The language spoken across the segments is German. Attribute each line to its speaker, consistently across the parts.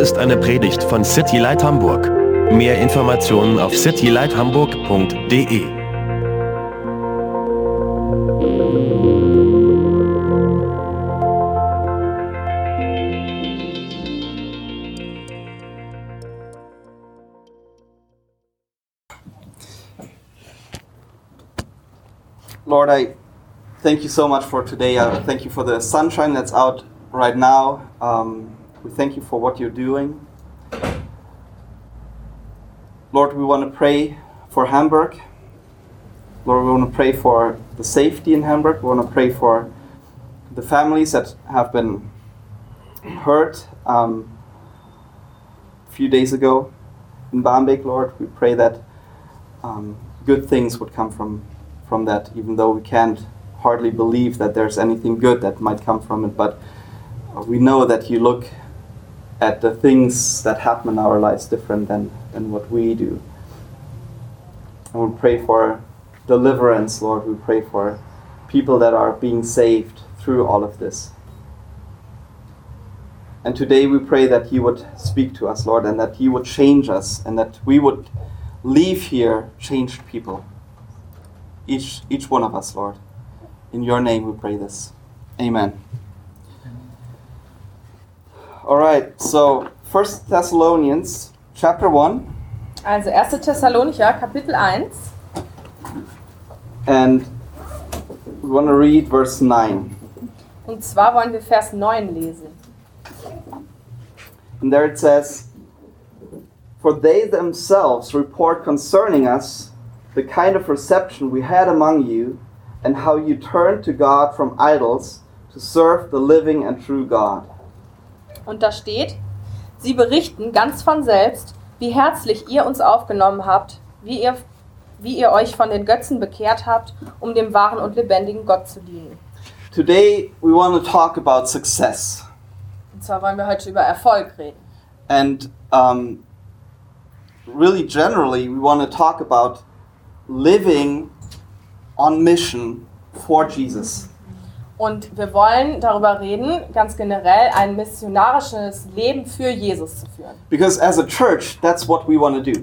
Speaker 1: ist eine Predigt von City Light Hamburg. Mehr Informationen auf citylighthamburg.de.
Speaker 2: Lord, I thank you so much for today. I thank you for the sunshine that's out right now. Um, we thank you for what you're doing. Lord, we want to pray for Hamburg. Lord, we want to pray for the safety in Hamburg. We want to pray for the families that have been hurt um, a few days ago in Bamberg, Lord. We pray that um, good things would come from, from that, even though we can't hardly believe that there's anything good that might come from it. But uh, we know that you look at the things that happen in our lives different than, than what we do. And we pray for deliverance, Lord. We pray for people that are being saved through all of this. And today we pray that you would speak to us, Lord, and that you would change us, and that we would leave here changed people. Each, each one of us, Lord. In your name we pray this. Amen. All right, so First Thessalonians chapter 1,
Speaker 3: Also 1. Thessalonicher, Kapitel 1.
Speaker 2: and we want to read verse 9.
Speaker 3: Und zwar wollen wir Vers 9 lesen.
Speaker 2: And there it says, For they themselves report concerning us the kind of reception we had among you, and how you turned to God from idols to serve the living and true God.
Speaker 3: Und da steht, sie berichten ganz von selbst, wie herzlich ihr uns aufgenommen habt, wie ihr, wie ihr euch von den Götzen bekehrt habt, um dem wahren und lebendigen Gott zu dienen.
Speaker 2: Today we want to talk about success.
Speaker 3: Und zwar wollen wir heute über Erfolg reden.
Speaker 2: And um, really, generally, we want to talk about living on mission for Jesus.
Speaker 3: Und wir wollen darüber reden, ganz generell ein missionarisches Leben für Jesus zu führen.
Speaker 2: Because as a church, that's what we want to do.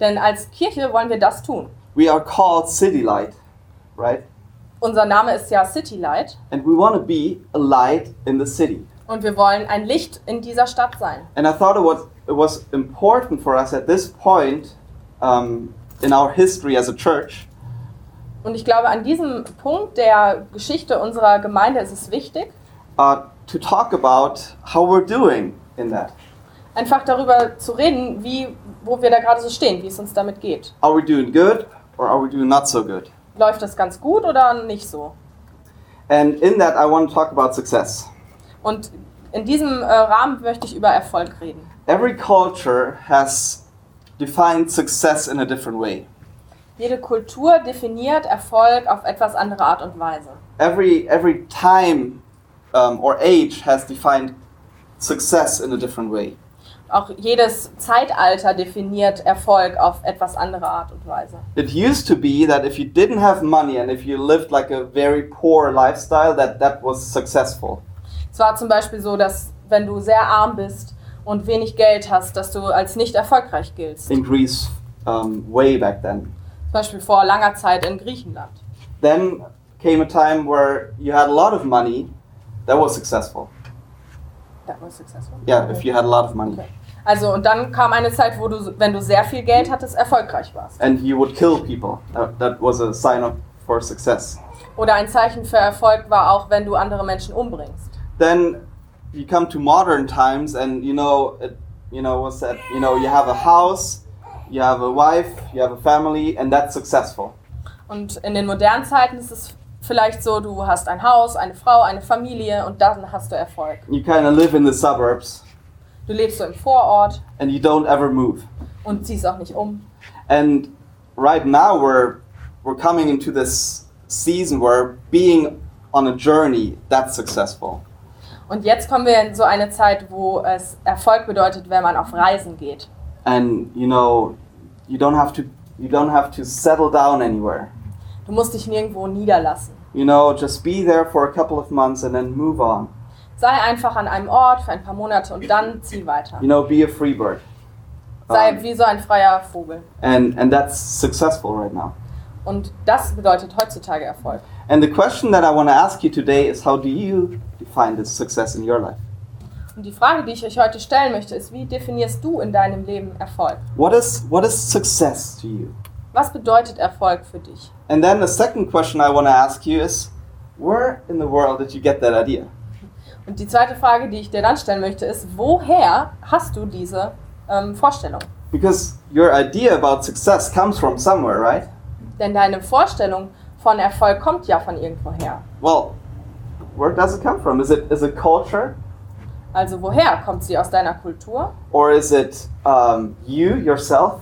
Speaker 3: Denn als Kirche wollen wir das tun.
Speaker 2: We are called City Light, right?
Speaker 3: Unser Name ist ja City Light
Speaker 2: And we want to be a light in the city.
Speaker 3: und wir wollen ein Licht in dieser Stadt sein.
Speaker 2: And I thought it was, it was important for us at this point um, in our history as a church
Speaker 3: Und ich glaube, an diesem Punkt der Geschichte unserer Gemeinde ist es wichtig,
Speaker 2: uh, to talk about how we're doing in that.
Speaker 3: einfach darüber zu reden, wie, wo wir da gerade so stehen, wie es uns damit geht.
Speaker 2: Are we doing good or are we doing not so good?
Speaker 3: Läuft das ganz gut oder nicht so?
Speaker 2: And in that, I want to talk about success.
Speaker 3: Und in diesem äh, Rahmen möchte ich über Erfolg reden.
Speaker 2: Every culture has defined success in a different way.
Speaker 3: Jede Kultur definiert Erfolg auf etwas andere Art und Weise.
Speaker 2: Every, every time um, or age has defined success in a different way.
Speaker 3: Auch jedes Zeitalter definiert Erfolg auf etwas andere Art und Weise.
Speaker 2: It used to be that if you didn't have money and if you lived like a very poor lifestyle, that that was successful.
Speaker 3: Es war zum Beispiel so, dass wenn du sehr arm bist und wenig Geld hast, dass du als nicht erfolgreich giltst.
Speaker 2: In Greece, um, way back then.
Speaker 3: Zum Beispiel vor langer Zeit in Griechenland.
Speaker 2: Then came a time where you had a lot of money, that was successful.
Speaker 3: That was successful.
Speaker 2: Yeah, if you had a lot of money.
Speaker 3: Okay. Also und dann kam eine Zeit, wo du, wenn du sehr viel Geld hattest, erfolgreich warst.
Speaker 2: and you would kill people. That, that was a sign of for success.
Speaker 3: Oder ein Zeichen für Erfolg war auch, wenn du andere Menschen umbringst.
Speaker 2: Then you come to modern times, and you know, it, you know what's that? You know, you have a house, you have a wife, you have a family, and that's successful.
Speaker 3: Und in den modernen Zeiten ist es vielleicht so, du hast ein Haus, eine Frau, eine Familie und dann hast du Erfolg.
Speaker 2: You kind of live in the suburbs,
Speaker 3: Du lebst so im Vorort
Speaker 2: and you don't ever move.
Speaker 3: und ziehst auch nicht um.
Speaker 2: And right now we're we're coming into this season where being on a journey that's successful.
Speaker 3: Und jetzt kommen wir in so eine Zeit, wo es Erfolg bedeutet, wenn man auf Reisen geht.
Speaker 2: And you know, you don't have to you don't have to settle down anywhere.
Speaker 3: Du musst dich nirgendwo niederlassen.
Speaker 2: You know, just be there for a couple of months and then move on.
Speaker 3: Sei einfach an einem Ort für ein paar Monate und dann zieh weiter.
Speaker 2: You know, be a free bird.
Speaker 3: Sei
Speaker 2: Um,
Speaker 3: wie so ein freier Vogel.
Speaker 2: and, and that's successful right now.
Speaker 3: Und das bedeutet heutzutage Erfolg.
Speaker 2: And the question that I want to ask you today is how do you define this success in your life?
Speaker 3: Und die Frage, die ich euch heute stellen möchte, ist, wie definierst du in deinem Leben Erfolg?
Speaker 2: What is, what is success to you?
Speaker 3: Was bedeutet Erfolg für dich?
Speaker 2: And then the second question I want to ask you is where in the world did you get that idea?
Speaker 3: Und die zweite Frage, die ich dir dann stellen möchte, ist, woher hast du diese ähm, Vorstellung?
Speaker 2: Because your idea about success comes from somewhere, right?
Speaker 3: Denn deine Vorstellung von Erfolg kommt ja von irgendwoher.
Speaker 2: Well, where does it come from? Is it is it culture,
Speaker 3: Also woher kommt sie? Aus deiner Kultur
Speaker 2: or is it um, you yourself,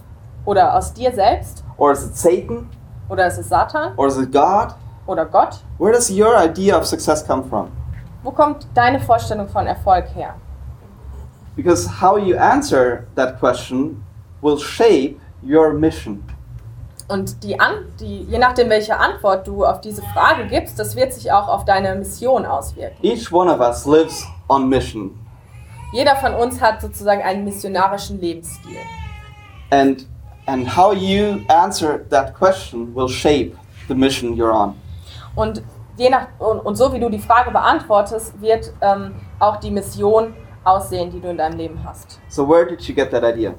Speaker 3: oder aus dir selbst?
Speaker 2: or is it Satan,
Speaker 3: Oder ist es Satan
Speaker 2: or is it God?
Speaker 3: oder Gott?
Speaker 2: Where does your idea of success come from?
Speaker 3: Wo kommt deine Vorstellung von Erfolg her?
Speaker 2: Because how you answer that question will shape your mission.
Speaker 3: Und die An die, je nachdem, welche Antwort du auf diese Frage gibst, das wird sich auch auf deine Mission auswirken.
Speaker 2: Each one of us lives on mission,
Speaker 3: Jeder von uns hat sozusagen einen missionarischen Lebensstil.
Speaker 2: and and how you answer that question will shape the mission you're on.
Speaker 3: Und, je nach, und, und so wie du die Frage beantwortest, wird ähm, auch die Mission aussehen, die du in deinem Leben hast.
Speaker 2: So where did you get that idea?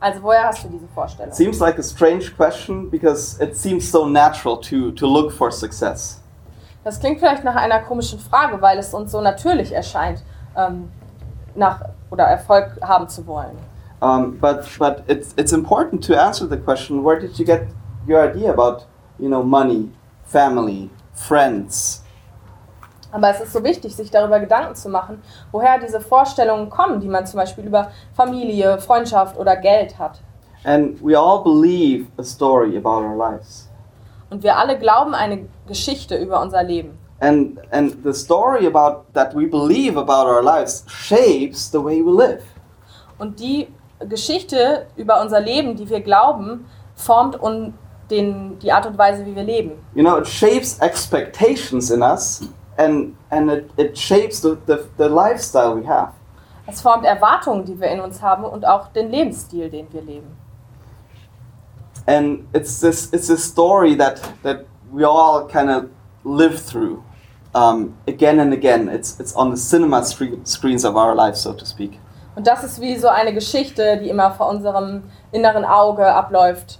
Speaker 3: Also woher hast du diese Vorstellung?
Speaker 2: Seems like a strange question because it seems so natural to to look for success.
Speaker 3: Das klingt vielleicht nach einer komischen Frage, weil es uns so natürlich erscheint, ähm, nach oder Erfolg haben zu wollen.
Speaker 2: Um, but but it's it's important to answer the question: Where did you get your idea about you know money, family, friends?
Speaker 3: Aber es ist so wichtig, sich darüber Gedanken zu machen, woher diese Vorstellungen kommen, die man zum Beispiel über Familie, Freundschaft oder Geld hat.
Speaker 2: And we all believe a story about our lives.
Speaker 3: Und wir alle glauben eine Geschichte über unser Leben.
Speaker 2: And and the story about that we believe about our lives shapes the way we live.
Speaker 3: Und die Geschichte über unser Leben, die wir glauben, formt un den, die Art und Weise, wie wir leben.
Speaker 2: You know, it shapes expectations in us, and and it, it shapes the, the, the lifestyle we have.
Speaker 3: Es formt Erwartungen, die wir in uns haben und auch den Lebensstil, den wir leben.
Speaker 2: and it's this it's this story that that we all kind of live through um, again and again. It's it's on the cinema screen, screens of our life, so to speak.
Speaker 3: Und das ist wie so eine Geschichte, die immer vor unserem inneren Auge abläuft,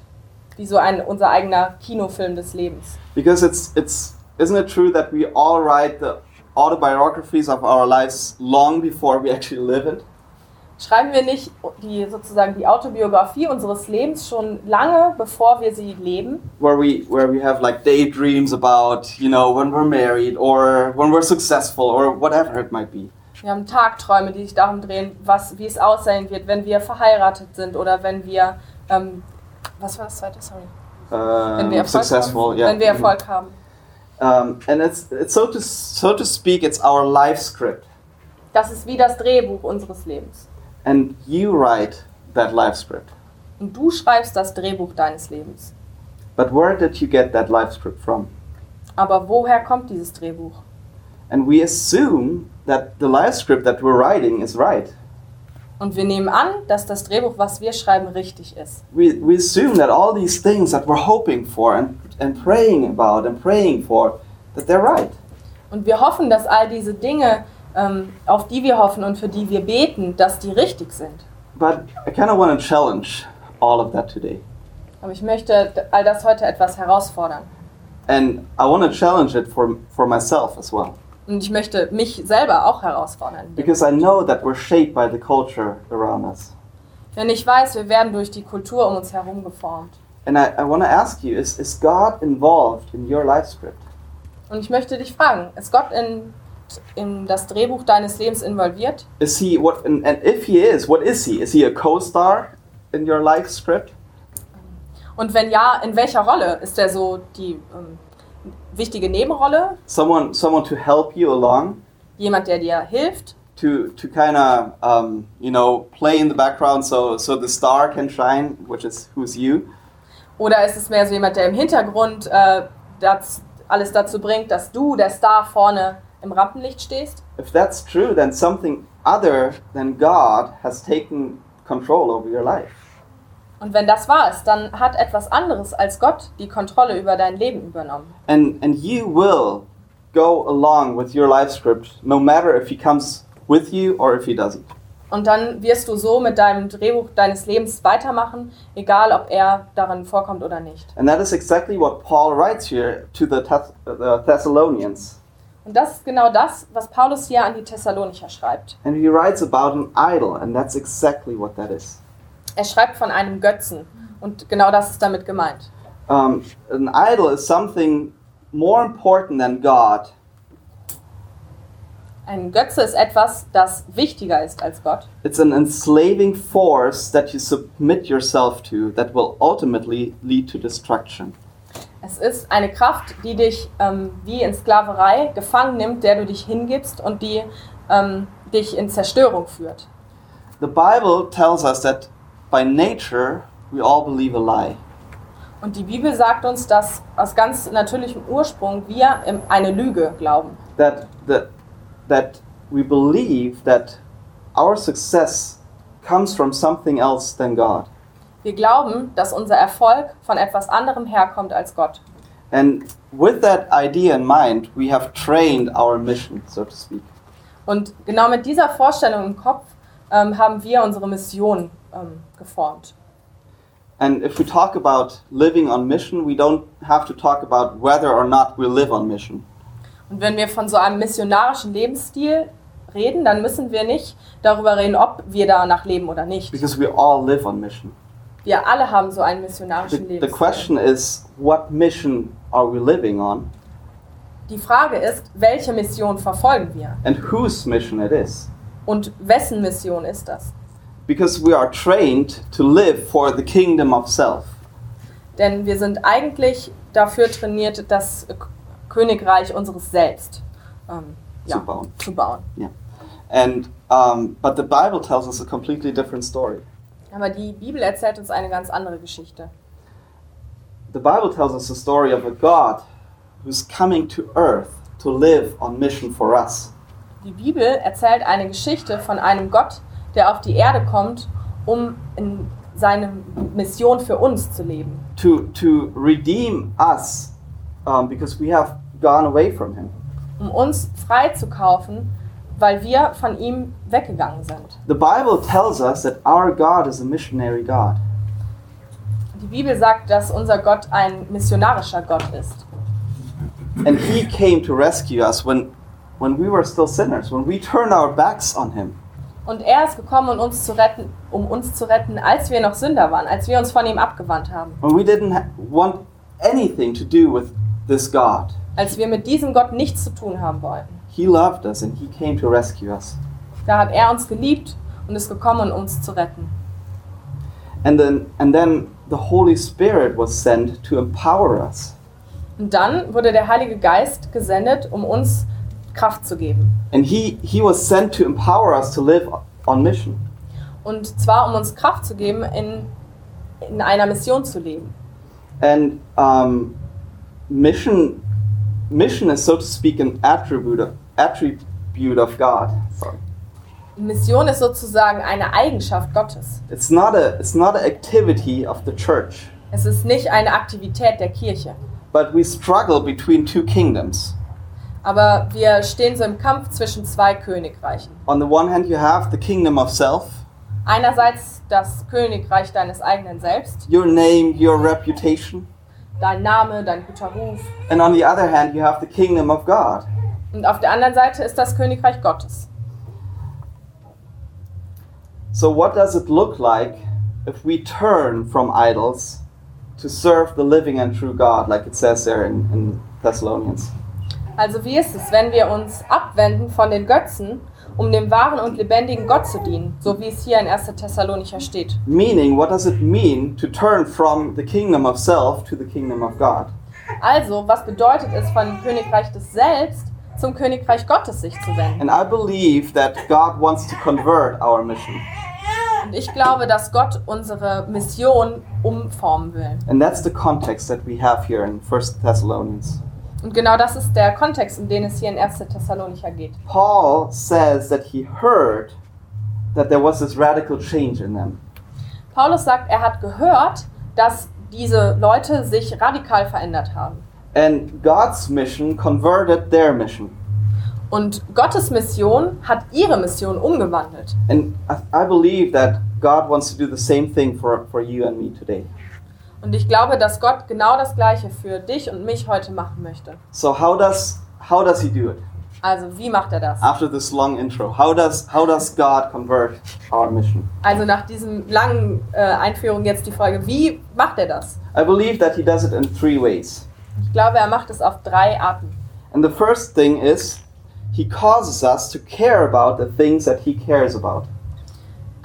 Speaker 3: wie so ein unser eigener Kinofilm des Lebens.
Speaker 2: Because it's it's isn't it true that we all write the autobiographies of our lives long before we actually live it?
Speaker 3: Schreiben wir nicht die sozusagen die Autobiografie unseres Lebens schon lange, bevor wir sie leben?
Speaker 2: Where we where we have like daydreams about you know when we're married or when we're successful or whatever it might be.
Speaker 3: Wir haben Tagträume, die sich darum drehen, was, wie es aussehen wird, wenn wir verheiratet sind oder wenn wir, ähm, was war das zweite? Sorry. Wenn
Speaker 2: Um,
Speaker 3: wir Erfolg
Speaker 2: successful,
Speaker 3: haben.
Speaker 2: yeah.
Speaker 3: Wenn wir
Speaker 2: mhm.
Speaker 3: Erfolg haben.
Speaker 2: Um, and it's, it's so to so to speak, it's our life script,
Speaker 3: Das ist wie das Drehbuch unseres Lebens.
Speaker 2: and you write that life script.
Speaker 3: Und du schreibst das Drehbuch deines Lebens.
Speaker 2: But where did you get that life script from?
Speaker 3: Aber woher kommt dieses Drehbuch?
Speaker 2: And we assume that the life script that we're writing is right.
Speaker 3: Und wir nehmen an, dass das Drehbuch, was wir schreiben, richtig ist.
Speaker 2: We, we assume that all these things that we're hoping for and, and praying about and praying for, that they're right.
Speaker 3: Und wir hoffen, dass all diese Dinge, ähm, auf die wir hoffen und für die wir beten, dass die richtig sind.
Speaker 2: But I kind of want to challenge all of that today.
Speaker 3: Aber ich möchte d- all das heute etwas herausfordern.
Speaker 2: And I want to challenge it for, for myself as well.
Speaker 3: Und ich möchte mich selber auch herausfordern.
Speaker 2: Because I know that we're shaped by the culture around us.
Speaker 3: Denn ich weiß, wir werden durch die Kultur um uns herum geformt.
Speaker 2: And I, I want to ask you is, is God involved in your life script?
Speaker 3: Und ich möchte dich fragen, ist Gott in, in das Drehbuch deines Lebens involviert?
Speaker 2: Is he what? And, and if he is, what is he? Is he a co-star in your life script?
Speaker 3: Und wenn ja, in welcher Rolle? Ist er so die ähm, wichtige Nebenrolle?
Speaker 2: Someone, someone to help you along,
Speaker 3: Jemand, der dir hilft?
Speaker 2: to to kind of um, you know play in the background, so so the star can shine, which is who's you.
Speaker 3: Oder ist es mehr so jemand, der im Hintergrund äh, das, alles dazu bringt, dass du, der Star vorne im Rampenlicht stehst,
Speaker 2: If that's true, then something other than God has taken control over your life.
Speaker 3: und wenn das wahr ist, dann hat etwas anderes als Gott die Kontrolle über dein Leben übernommen.
Speaker 2: And, and you will go along with your life script, no matter if He comes with you or if He doesn't.
Speaker 3: Und dann wirst du so mit deinem Drehbuch deines Lebens weitermachen, egal ob er darin vorkommt oder nicht.
Speaker 2: And that is exactly what Paul writes here to the, Thess- the Thessalonians.
Speaker 3: Und das ist genau das, was Paulus hier an die Thessalonicher schreibt.
Speaker 2: And he writes about an idol, and that's exactly what that is.
Speaker 3: Er schreibt von einem Götzen. Und genau das ist damit gemeint.
Speaker 2: Um, an idol is something more important than God,
Speaker 3: Ein Götze ist etwas, das wichtiger ist als Gott.
Speaker 2: It's an enslaving force that you submit yourself to that will ultimately lead to destruction.
Speaker 3: Es ist eine Kraft, die dich ähm, wie in Sklaverei gefangen nimmt, der du dich hingibst und die ähm, dich in Zerstörung führt.
Speaker 2: The Bible tells us that by nature we all believe a lie.
Speaker 3: Und die Bibel sagt uns, dass aus ganz natürlichem Ursprung wir ähm, eine Lüge glauben.
Speaker 2: That the, that we believe that our success comes from something else than God.
Speaker 3: Wir glauben, dass unser Erfolg von etwas anderem herkommt als Gott.
Speaker 2: And with that idea in mind, we have trained our mission, so to speak.
Speaker 3: Und genau mit dieser Vorstellung im Kopf ähm, haben wir unsere Mission ähm, geformt.
Speaker 2: And if we talk about living on mission, we don't have to talk about whether or not we live on mission.
Speaker 3: Und wenn wir von so einem missionarischen Lebensstil reden, dann müssen wir nicht darüber reden, ob wir danach leben oder nicht.
Speaker 2: Because we all live on mission.
Speaker 3: Wir alle haben so einen
Speaker 2: The,
Speaker 3: missionarischen
Speaker 2: the
Speaker 3: Lebensstil.
Speaker 2: question is, what mission are we living on
Speaker 3: Die Frage ist, welche Mission verfolgen wir?
Speaker 2: and whose mission it is?
Speaker 3: Und wessen Mission ist das?
Speaker 2: Because we are trained to live for the kingdom of self.
Speaker 3: Denn wir sind eigentlich dafür trainiert, das K- Königreich unseres Selbst ähm, ja,
Speaker 2: Zu bauen.
Speaker 3: zu bauen.
Speaker 2: Yeah. And, um, but the Bible tells us a completely different story.
Speaker 3: Aber die Bibel erzählt uns eine ganz andere Geschichte.
Speaker 2: The Bible tells us the story of a God who's coming to earth to live on mission for us.
Speaker 3: Die Bibel erzählt eine Geschichte von einem Gott, der auf die Erde kommt, um in seine Mission für uns zu leben.
Speaker 2: to to redeem us um, because we have gone away from him.
Speaker 3: Um uns freizukaufen, weil wir von ihm weggegangen sind.
Speaker 2: The Bible tells us that our God is a missionary God.
Speaker 3: Die Bibel sagt, dass unser Gott ein missionarischer Gott ist.
Speaker 2: And he came to rescue us when when we were still sinners, when we turned our backs on him.
Speaker 3: Und er ist gekommen, um uns zu retten, um uns zu retten, als wir noch Sünder waren, als wir uns von ihm abgewandt haben,
Speaker 2: When we didn't ha- want anything to do with this God.
Speaker 3: als wir mit diesem Gott nichts zu tun haben wollten.
Speaker 2: He loved us and he came to rescue us.
Speaker 3: Da hat er uns geliebt und ist gekommen, um uns zu retten.
Speaker 2: And then and then the Holy Spirit was sent to empower us
Speaker 3: Und dann wurde der Heilige Geist gesendet, um uns Kraft zu geben.
Speaker 2: and he he was sent to empower us to live on mission.
Speaker 3: Und zwar, um uns Kraft zu geben, in, in einer Mission zu leben.
Speaker 2: And um, mission, mission is so to speak an attribute of, attribute of God. Sorry.
Speaker 3: Mission ist sozusagen eine Eigenschaft Gottes.
Speaker 2: It's not a it's not an activity of the church,
Speaker 3: Es ist nicht eine Aktivität der Kirche.
Speaker 2: but we struggle between two kingdoms.
Speaker 3: Aber wir stehen so im Kampf zwischen zwei Königreichen.
Speaker 2: On the one hand, you have the kingdom of self,
Speaker 3: Einerseits das Königreich deines eigenen Selbst,
Speaker 2: your name, your reputation,
Speaker 3: dein Name, dein guter Ruf.
Speaker 2: and on the other hand, you have the kingdom of God.
Speaker 3: Und auf der anderen Seite ist das Königreich Gottes.
Speaker 2: So what does it look like if we turn from idols to serve the living and true God, like it says there in, in Thessalonians?
Speaker 3: Also wie ist es, wenn wir uns abwenden von den Götzen, um dem wahren und lebendigen Gott zu dienen, so wie es hier in 1. Thessalonicher steht?
Speaker 2: Meaning, what does it mean to turn from the kingdom of self to the kingdom of God?
Speaker 3: Also, was bedeutet es, von dem Königreich des Selbst zum Königreich Gottes sich zu wenden?
Speaker 2: And I believe that God wants to convert our mission.
Speaker 3: Und ich glaube, dass Gott unsere Mission umformen will.
Speaker 2: And that's the context that we have here in First Thessalonians.
Speaker 3: Und genau das ist der Kontext, um den es hier in 1. Thessalonicher geht.
Speaker 2: Paul says that he heard that there was this radical change in them.
Speaker 3: Paulus sagt, er hat gehört, dass diese Leute sich radikal verändert haben.
Speaker 2: And God's mission converted their mission.
Speaker 3: Und Gottes Mission hat ihre Mission umgewandelt.
Speaker 2: And I, I believe that God wants to do the same thing for, for you and me today.
Speaker 3: Und ich glaube, dass Gott genau das Gleiche für dich und mich heute machen möchte.
Speaker 2: So how does how does he do it?
Speaker 3: Also, wie macht er das?
Speaker 2: After this long intro, how does how does God convert our mission?
Speaker 3: Also, nach diesem langen äh, Einführung jetzt die Frage, wie macht er das?
Speaker 2: I believe that he does it in three ways.
Speaker 3: Ich glaube, er macht es auf drei Arten.
Speaker 2: And the first thing is he causes us to care about the things that he cares about.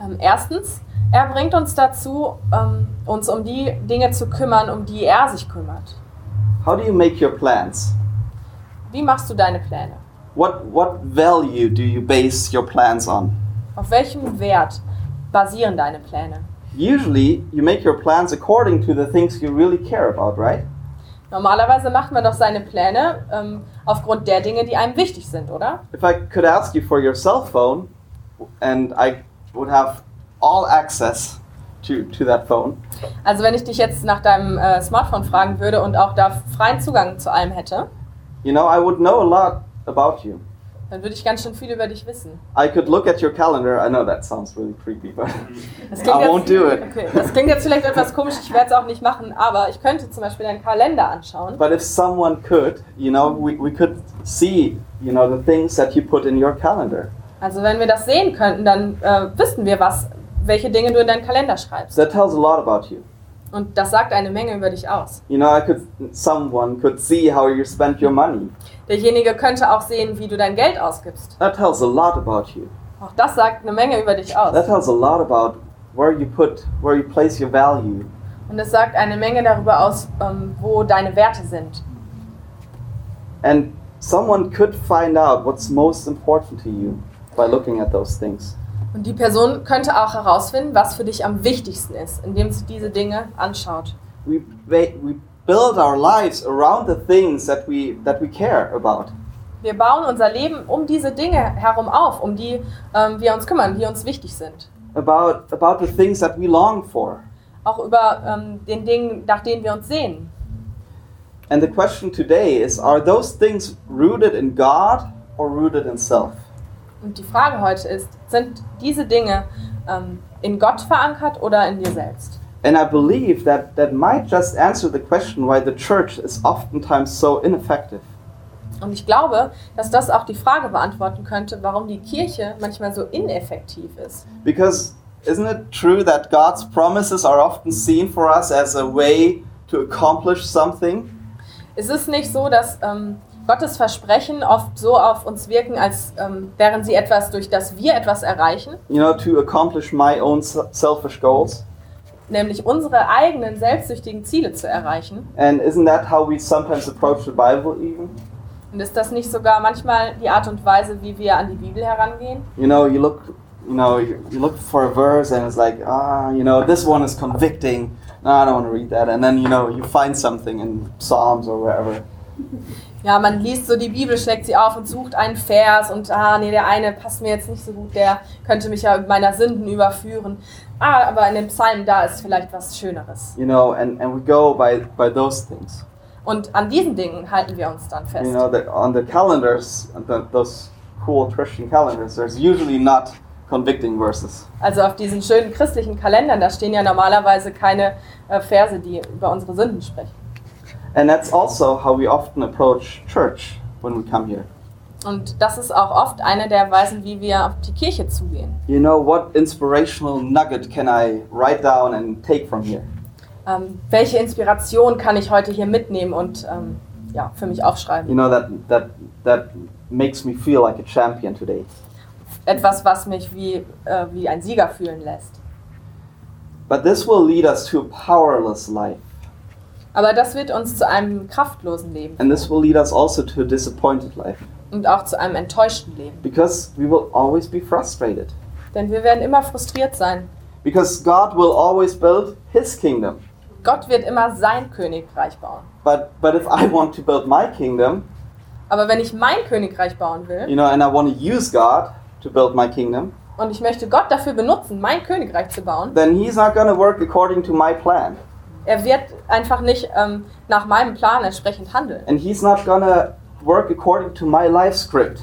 Speaker 3: Ähm, erstens, er bringt uns dazu, ähm, uns um die Dinge zu kümmern, um die er sich kümmert.
Speaker 2: How do you make your plans?
Speaker 3: Wie machst du deine Pläne?
Speaker 2: What what value do you base your plans on?
Speaker 3: Auf welchem Wert basieren deine Pläne?
Speaker 2: Usually, you make your plans according to the things you really care about, right?
Speaker 3: Normalerweise macht man doch seine Pläne ähm, aufgrund der Dinge, die einem wichtig sind, oder?
Speaker 2: If I could ask you for your cell phone, and I would have all access to, to that phone,
Speaker 3: Also wenn ich dich jetzt nach deinem äh, Smartphone fragen würde und auch da freien Zugang zu allem hätte,
Speaker 2: you know, I would know a lot about you.
Speaker 3: dann würde ich ganz schön viel über dich wissen.
Speaker 2: I could look at your calendar. I know that sounds really creepy, but
Speaker 3: Das
Speaker 2: I won't do it.
Speaker 3: Okay, das klingt jetzt vielleicht etwas komisch, ich werde es auch nicht machen, aber ich könnte zum Beispiel deinen Kalender anschauen.
Speaker 2: But if someone could, you know, we, we could see, you know, the things that you put in your calendar.
Speaker 3: Also wenn wir das sehen könnten, dann äh, wüssten wir, was, welche Dinge du in deinen Kalender schreibst.
Speaker 2: So that tells a lot about you.
Speaker 3: Und das sagt eine Menge über dich aus.
Speaker 2: You know, I could someone could see how you spent your money.
Speaker 3: Derjenige könnte auch sehen, wie du dein Geld ausgibst.
Speaker 2: That tells a lot about you.
Speaker 3: Auch das sagt eine Menge über dich
Speaker 2: That
Speaker 3: aus.
Speaker 2: tells a lot about where you put where you place your value.
Speaker 3: Und es sagt eine Menge darüber aus, ähm, wo deine Werte sind.
Speaker 2: And someone could find out what's most important to you by looking at those things.
Speaker 3: Und die Person könnte auch herausfinden, was für dich am wichtigsten ist, indem sie diese Dinge anschaut.
Speaker 2: We ba- we build our lives around the things that we that we care about.
Speaker 3: Wir bauen unser Leben um diese Dinge herum auf, um die ähm, wir uns kümmern, die uns wichtig sind.
Speaker 2: About about the things that we long for.
Speaker 3: Auch über ähm, den Dingen, nach denen wir uns sehen.
Speaker 2: And the question today is are those things rooted in God or rooted in self?
Speaker 3: Und die Frage heute ist, sind diese Dinge ähm, in Gott verankert oder in dir selbst?
Speaker 2: And I believe that that might just answer the question why the church is oftentimes so ineffective.
Speaker 3: Und ich glaube, dass das auch die Frage beantworten könnte, warum die Kirche manchmal so ineffektiv ist.
Speaker 2: Because isn't it true that God's promises are often seen for us as a way to accomplish something?
Speaker 3: Es ist nicht so, dass ähm, Gottes Versprechen oft so auf uns wirken, als ähm, wären sie etwas, durch das wir etwas erreichen,
Speaker 2: You know, to accomplish my own s- selfish goals?
Speaker 3: nämlich unsere eigenen selbstsüchtigen Ziele zu erreichen.
Speaker 2: And isn't that how we sometimes approach the Bible even?
Speaker 3: Und ist das nicht sogar manchmal die Art und Weise, wie wir an die Bibel herangehen?
Speaker 2: you know you look you know you you look for a verse and it's like ah you know this one is convicting no i don't want to read that and then you know you find something in psalms or wherever
Speaker 3: Ja, man liest so die Bibel, schlägt sie auf und sucht einen Vers und ah, nee, der eine passt mir jetzt nicht so gut, der könnte mich ja mit meiner Sünden überführen. Ah, aber in den Psalmen, da ist vielleicht was Schöneres.
Speaker 2: you know and, and we go by by those things
Speaker 3: Und an diesen Dingen halten wir uns dann fest.
Speaker 2: you know that on the calendars the, those cool christian calendars there's usually not convicting verses
Speaker 3: Also auf diesen schönen christlichen Kalendern, da stehen ja normalerweise keine äh, Verse, die über unsere Sünden sprechen.
Speaker 2: and that's also how we often approach church when we come here
Speaker 3: Und das ist auch oft eine der Weisen, wie wir auf die Kirche zugehen.
Speaker 2: you know what inspirational nugget can i write down and take from here
Speaker 3: Ähm, welche Inspiration kann ich heute hier mitnehmen und ähm, ja, für mich aufschreiben?
Speaker 2: you know that that that makes me feel like a champion today
Speaker 3: Etwas, was mich wie, äh, wie ein Sieger fühlen lässt.
Speaker 2: but this will lead us to a powerless life
Speaker 3: Aber das wird uns zu einem kraftlosen Leben
Speaker 2: and this will lead us also to a disappointed life
Speaker 3: und auch zu einem enttäuschten Leben.
Speaker 2: because we will always be frustrated
Speaker 3: Denn wir werden immer frustriert sein,
Speaker 2: because god will always build his kingdom
Speaker 3: Gott wird immer sein Königreich bauen.
Speaker 2: But but if I want to build my kingdom,
Speaker 3: Aber wenn ich mein Königreich bauen will
Speaker 2: you know, and I want to use God to build my kingdom,
Speaker 3: und ich möchte Gott dafür benutzen, mein Königreich zu bauen,
Speaker 2: then He's not going to work according to my plan,
Speaker 3: er wird einfach nicht ähm, nach meinem Plan entsprechend handeln.
Speaker 2: and He's not going to work according to my life script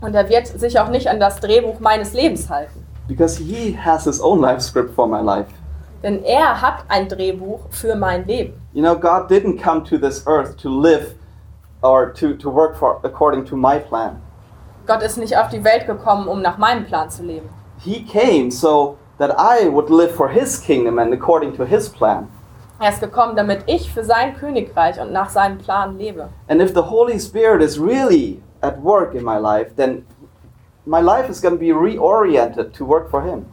Speaker 3: Und er wird sich auch nicht an das Drehbuch meines Lebens halten.
Speaker 2: because He has His own life script for my life.
Speaker 3: Denn er hat ein Drehbuch für mein Leben.
Speaker 2: You know, God didn't come to this earth to live or to, to work for according to my plan.
Speaker 3: Gott ist nicht auf die Welt gekommen, um nach meinem Plan zu leben.
Speaker 2: He came so that I would live for His kingdom and according to His plan.
Speaker 3: Er ist gekommen, damit ich für sein Königreich und nach seinem Plan lebe.
Speaker 2: And if the Holy Spirit is really at work in my life, then my life is going to be reoriented to work for Him.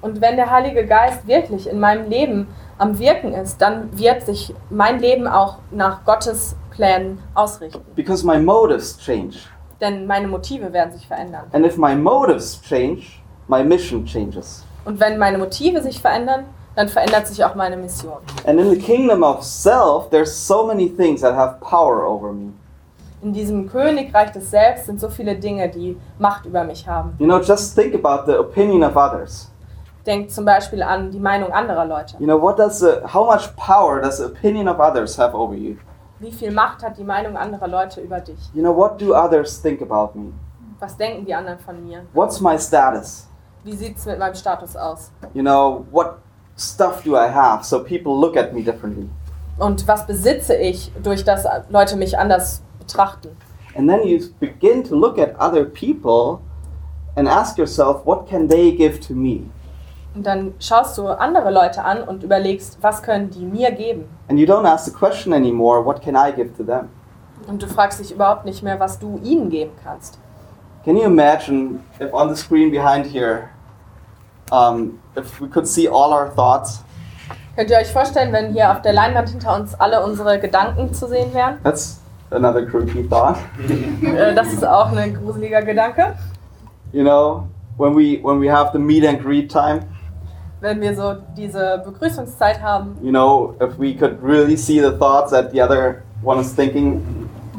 Speaker 3: Und wenn der Heilige Geist wirklich in meinem Leben am Wirken ist, dann wird sich mein Leben auch nach Gottes Plänen ausrichten.
Speaker 2: Because my motives change.
Speaker 3: Denn meine Motive werden sich verändern.
Speaker 2: And if my motives change, my mission changes.
Speaker 3: Und wenn meine Motive sich verändern, dann verändert sich auch meine Mission.
Speaker 2: And in the kingdom of self, there's so many things that have power over me.
Speaker 3: In diesem Königreich des Selbst sind so viele Dinge, die Macht über mich haben.
Speaker 2: You know, just think about the opinion of others.
Speaker 3: Denkt zum Beispiel an die Meinung anderer Leute.
Speaker 2: You know, what does the, how much power does the opinion of others have over you?
Speaker 3: Wie viel Macht hat die Meinung anderer Leute über dich?
Speaker 2: You know, what do others think about me?
Speaker 3: Was denken die anderen von mir?
Speaker 2: What's my status?
Speaker 3: Wie sieht es mit meinem Status aus?
Speaker 2: You know, what stuff do I have so people look at me differently?
Speaker 3: Und was besitze ich, durch das Leute mich anders betrachten?
Speaker 2: And then you begin to look at other people and ask yourself, what can they give to me?
Speaker 3: Und dann schaust du andere Leute an und überlegst, was können die mir geben?
Speaker 2: And you don't ask the question anymore, what can I give to them?
Speaker 3: Und du fragst dich überhaupt nicht mehr, was du ihnen geben kannst.
Speaker 2: Can you imagine if on the screen behind here, um, if we could see all our thoughts?
Speaker 3: Könnt ihr euch vorstellen, wenn hier auf der Leinwand hinter uns alle unsere Gedanken zu sehen wären?
Speaker 2: That's another creepy thought.
Speaker 3: Äh, Das ist auch ein gruseliger Gedanke.
Speaker 2: You know, when we when we have the meet and greet time,
Speaker 3: Wenn wir so diese Begrüßungszeit haben,
Speaker 2: you know, if we could really see the thoughts that the other one is thinking,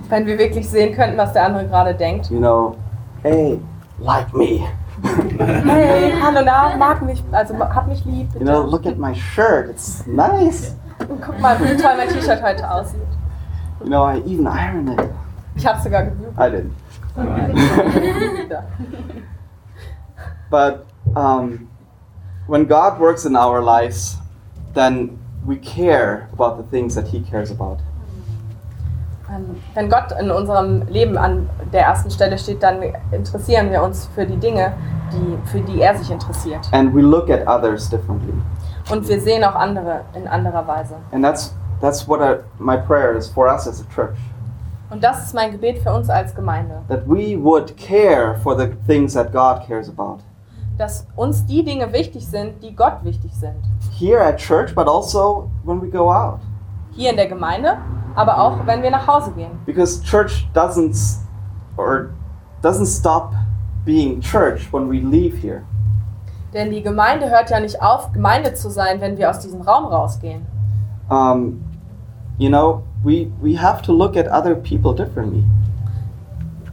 Speaker 3: wenn wir wirklich sehen könnten, was der andere gerade denkt.
Speaker 2: you know, hey, like me.
Speaker 3: Hey, hallo, na, mag mich, also ma- hab mich lieb,
Speaker 2: You know,
Speaker 3: bitte.
Speaker 2: look at my shirt. It's nice.
Speaker 3: Und guck mal, wie toll mein T-Shirt heute aussieht.
Speaker 2: You know, I even ironed it.
Speaker 3: Ich hab's sogar gebügelt.
Speaker 2: I didn't.
Speaker 3: Ja.
Speaker 2: But um, when God works in our lives, then we care about the things that He cares about.
Speaker 3: Ähm, Wenn Gott in unserem Leben an der ersten Stelle steht, dann interessieren wir uns für die Dinge, die, für die er sich interessiert.
Speaker 2: And we look at others differently.
Speaker 3: Und wir sehen auch andere in anderer Weise.
Speaker 2: And that's, that's what I, my prayer is for us as a church
Speaker 3: Und das ist mein Gebet für uns als Gemeinde,
Speaker 2: that we would care for the things that God cares about.
Speaker 3: dass uns die Dinge wichtig sind, die Gott wichtig sind.
Speaker 2: Here at church, but also when we go out.
Speaker 3: Hier in der Gemeinde, aber auch wenn wir nach Hause gehen.
Speaker 2: Because church doesn't, s- or doesn't stop being church when we leave here.
Speaker 3: Denn die Gemeinde hört ja nicht auf, Gemeinde zu sein, wenn wir aus diesem Raum rausgehen.
Speaker 2: um, you know, we, we have to look at other people differently.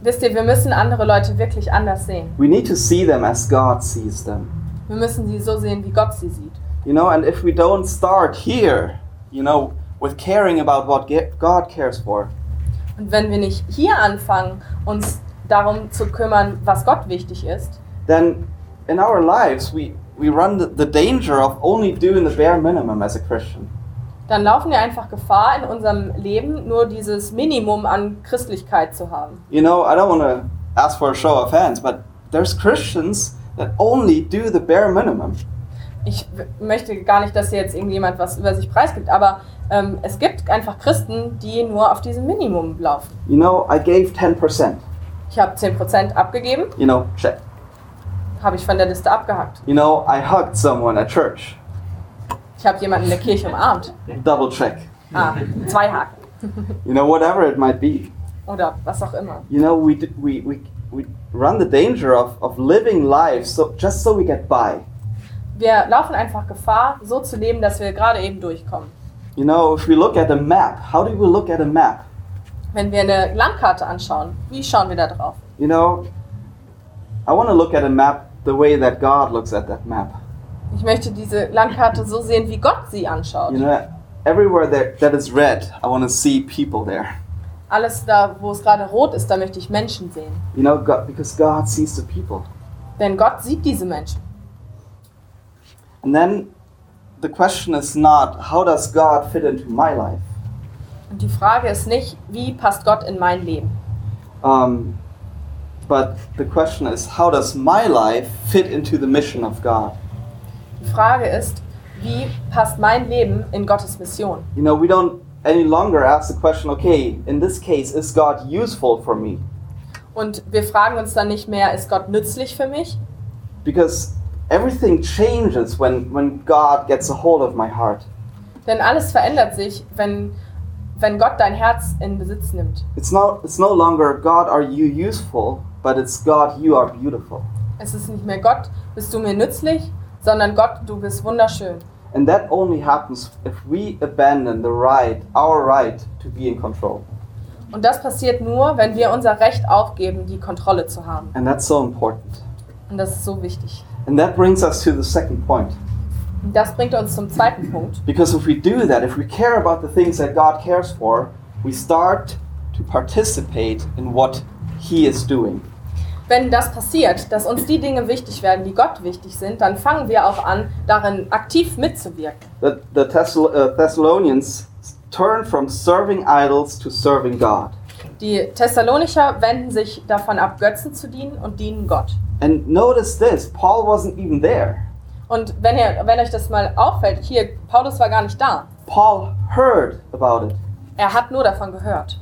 Speaker 3: Wisst ihr, wir müssen andere Leute wirklich anders sehen.
Speaker 2: We need to see them as God sees them.
Speaker 3: Wir müssen sie so sehen, wie Gott sie sieht.
Speaker 2: You know, and if we don't start here, you know, with caring about what ge- God cares for,
Speaker 3: Und wenn wir nicht hier anfangen, uns darum zu kümmern, was Gott wichtig ist,
Speaker 2: then in our lives we, we run the, the danger of only doing the bare minimum as a Christian.
Speaker 3: dann laufen wir einfach Gefahr, in unserem Leben nur dieses Minimum an Christlichkeit zu haben.
Speaker 2: You know, I don't want to ask for a show of hands, but there's Christians that only do the bare minimum.
Speaker 3: Ich w- möchte gar nicht, dass hier jetzt irgendjemand was über sich preisgibt, aber ähm, es gibt einfach Christen, die nur auf diesem Minimum laufen.
Speaker 2: You know, I gave 10%.
Speaker 3: Ich habe 10% abgegeben,
Speaker 2: You know, check.
Speaker 3: habe ich von der Liste abgehackt.
Speaker 2: You know, I hugged someone at church.
Speaker 3: Ich habe jemanden in der Kirche umarmt.
Speaker 2: double check.
Speaker 3: Ah, zwei Haken.
Speaker 2: You know, whatever it might be.
Speaker 3: Oder was auch immer.
Speaker 2: You know, we, d- we, we, we run the danger of, of living lives so, just so we get by.
Speaker 3: Wir laufen einfach Gefahr, so zu leben, dass wir gerade eben durchkommen.
Speaker 2: You know, if we look at a map, how do we look at a map?
Speaker 3: Wenn wir eine Landkarte anschauen, wie schauen wir da drauf?
Speaker 2: You know, I want to look at a map the way that God looks at that map.
Speaker 3: Ich möchte diese Landkarte so sehen, wie Gott sie anschaut.
Speaker 2: You know, everywhere that, that is red, I want to see people there.
Speaker 3: Alles da, wo es gerade rot ist, da möchte ich Menschen sehen.
Speaker 2: You know, God, because God sees the people.
Speaker 3: Denn Gott sieht diese Menschen.
Speaker 2: And then the question is not, how does God fit into my life?
Speaker 3: Und die Frage ist nicht, wie passt Gott in mein Leben,
Speaker 2: Um, but the question is, how does my life fit into the mission of God?
Speaker 3: Die Frage ist, wie passt mein Leben in Gottes Mission?
Speaker 2: You know, we don't any longer ask the question, okay, in this case, is God useful for me?
Speaker 3: Und wir fragen uns dann nicht mehr, ist Gott nützlich für mich?
Speaker 2: Because everything changes when, when God gets a hold of my heart.
Speaker 3: Denn alles verändert sich, wenn, wenn Gott dein Herz in Besitz nimmt.
Speaker 2: It's, not, it's no longer, God, are you useful? But it's God, you are beautiful.
Speaker 3: Es ist nicht mehr Gott, bist du mir nützlich, sondern Gott, du bist wunderschön.
Speaker 2: And that only happens if we abandon the right, our right to be in control.
Speaker 3: Und das passiert nur, wenn wir unser Recht aufgeben, die Kontrolle zu haben.
Speaker 2: And that's so important.
Speaker 3: Und das ist so wichtig.
Speaker 2: And that brings us to the second point.
Speaker 3: Und das bringt uns zum zweiten Punkt.
Speaker 2: Because if we do that, if we care about the things that God cares for, we start to participate in what He is doing.
Speaker 3: Wenn das passiert, dass uns die Dinge wichtig werden, die Gott wichtig sind, dann fangen wir auch an, darin aktiv mitzuwirken.
Speaker 2: The, the Thessal, uh, Thessalonians turned from serving idols to serving God.
Speaker 3: Die Thessalonicher wenden sich davon ab, Götzen zu dienen und dienen Gott.
Speaker 2: And notice this Paul wasn't even there.
Speaker 3: Und wenn, ihr, wenn euch das mal auffällt, hier, Paulus war gar nicht da.
Speaker 2: Paul heard about it
Speaker 3: Er hat nur davon gehört.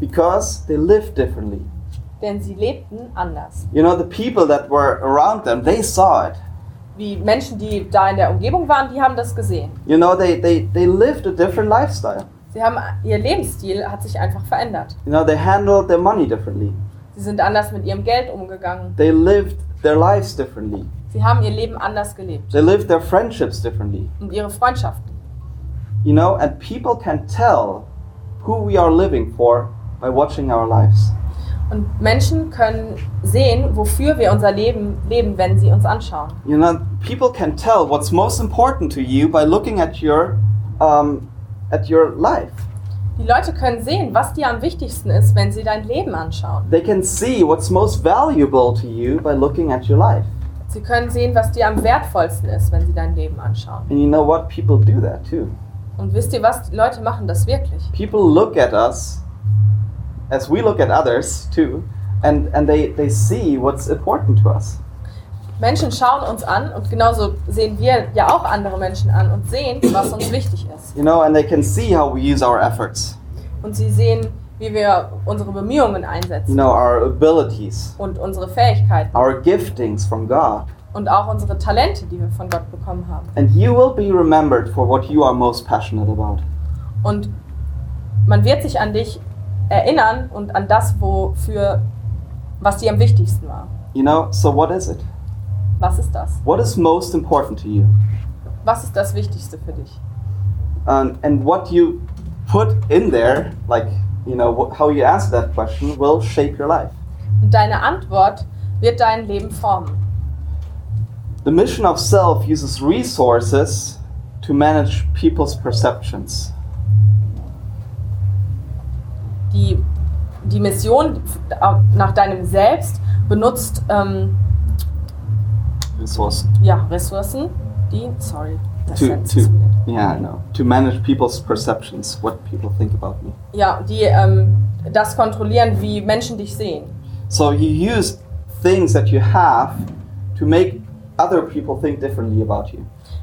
Speaker 2: because they lived differently.
Speaker 3: Denn sie lebten anders.
Speaker 2: You know, the people that were around them, they saw it.
Speaker 3: Wie Menschen, die da in der Umgebung waren, die haben das gesehen.
Speaker 2: You know, they, they, they lived a different lifestyle.
Speaker 3: Sie haben, ihr Lebensstil hat sich einfach verändert.
Speaker 2: You know, they handled their money differently.
Speaker 3: Sie sind anders mit ihrem Geld umgegangen.
Speaker 2: They lived their lives differently.
Speaker 3: Sie haben ihr Leben anders gelebt.
Speaker 2: They lived their friendships differently.
Speaker 3: Und ihre Freundschaften.
Speaker 2: You know, and people can tell who we are living for by watching our lives.
Speaker 3: Und Menschen können sehen, wofür wir unser Leben leben, wenn sie uns anschauen.
Speaker 2: You know, people can tell what's most important to you by looking at your um, at your life.
Speaker 3: Die Leute können sehen, was dir am wichtigsten ist, wenn sie dein Leben anschauen.
Speaker 2: They can see what's most valuable to you by looking at your life.
Speaker 3: Sie können sehen, was dir am wertvollsten ist, wenn sie dein Leben anschauen.
Speaker 2: And you know what? People do that too.
Speaker 3: Und wisst ihr was? Die Leute machen das wirklich.
Speaker 2: People look at us as we look at others too, and, and they, they see what's important to us.
Speaker 3: Menschen schauen uns an und genauso sehen wir ja auch andere Menschen an und sehen, was uns wichtig ist.
Speaker 2: You know, and they can see how we use our efforts.
Speaker 3: Und sie sehen, wie wir unsere Bemühungen
Speaker 2: you
Speaker 3: einsetzen
Speaker 2: know, our abilities,
Speaker 3: und unsere Fähigkeiten
Speaker 2: our giftings from God.
Speaker 3: und auch unsere Talente, die wir von Gott bekommen haben.
Speaker 2: And you will be remembered for what you are most passionate about.
Speaker 3: Und man wird sich an dich erinnern und an das, wofür, was dir am wichtigsten war.
Speaker 2: You know, so what is it?
Speaker 3: Was ist das?
Speaker 2: What is most important to you?
Speaker 3: Was ist das Wichtigste für dich?
Speaker 2: Um, and what you put in there, like, you know, wh- how you answer that question will shape your life.
Speaker 3: Und deine Antwort wird dein Leben formen.
Speaker 2: The mission of self uses resources to manage people's perceptions.
Speaker 3: Die, die Mission äh, nach deinem Selbst benutzt ähm,
Speaker 2: Resource.
Speaker 3: ja, Ressourcen, die, sorry, das
Speaker 2: To,
Speaker 3: Sentence ist
Speaker 2: to,
Speaker 3: weird.
Speaker 2: yeah, I know. To manage people's perceptions, what people think about me.
Speaker 3: ja, die ähm, das kontrollieren, wie Menschen dich sehen.
Speaker 2: So you use things that you have to make other people think differently about you.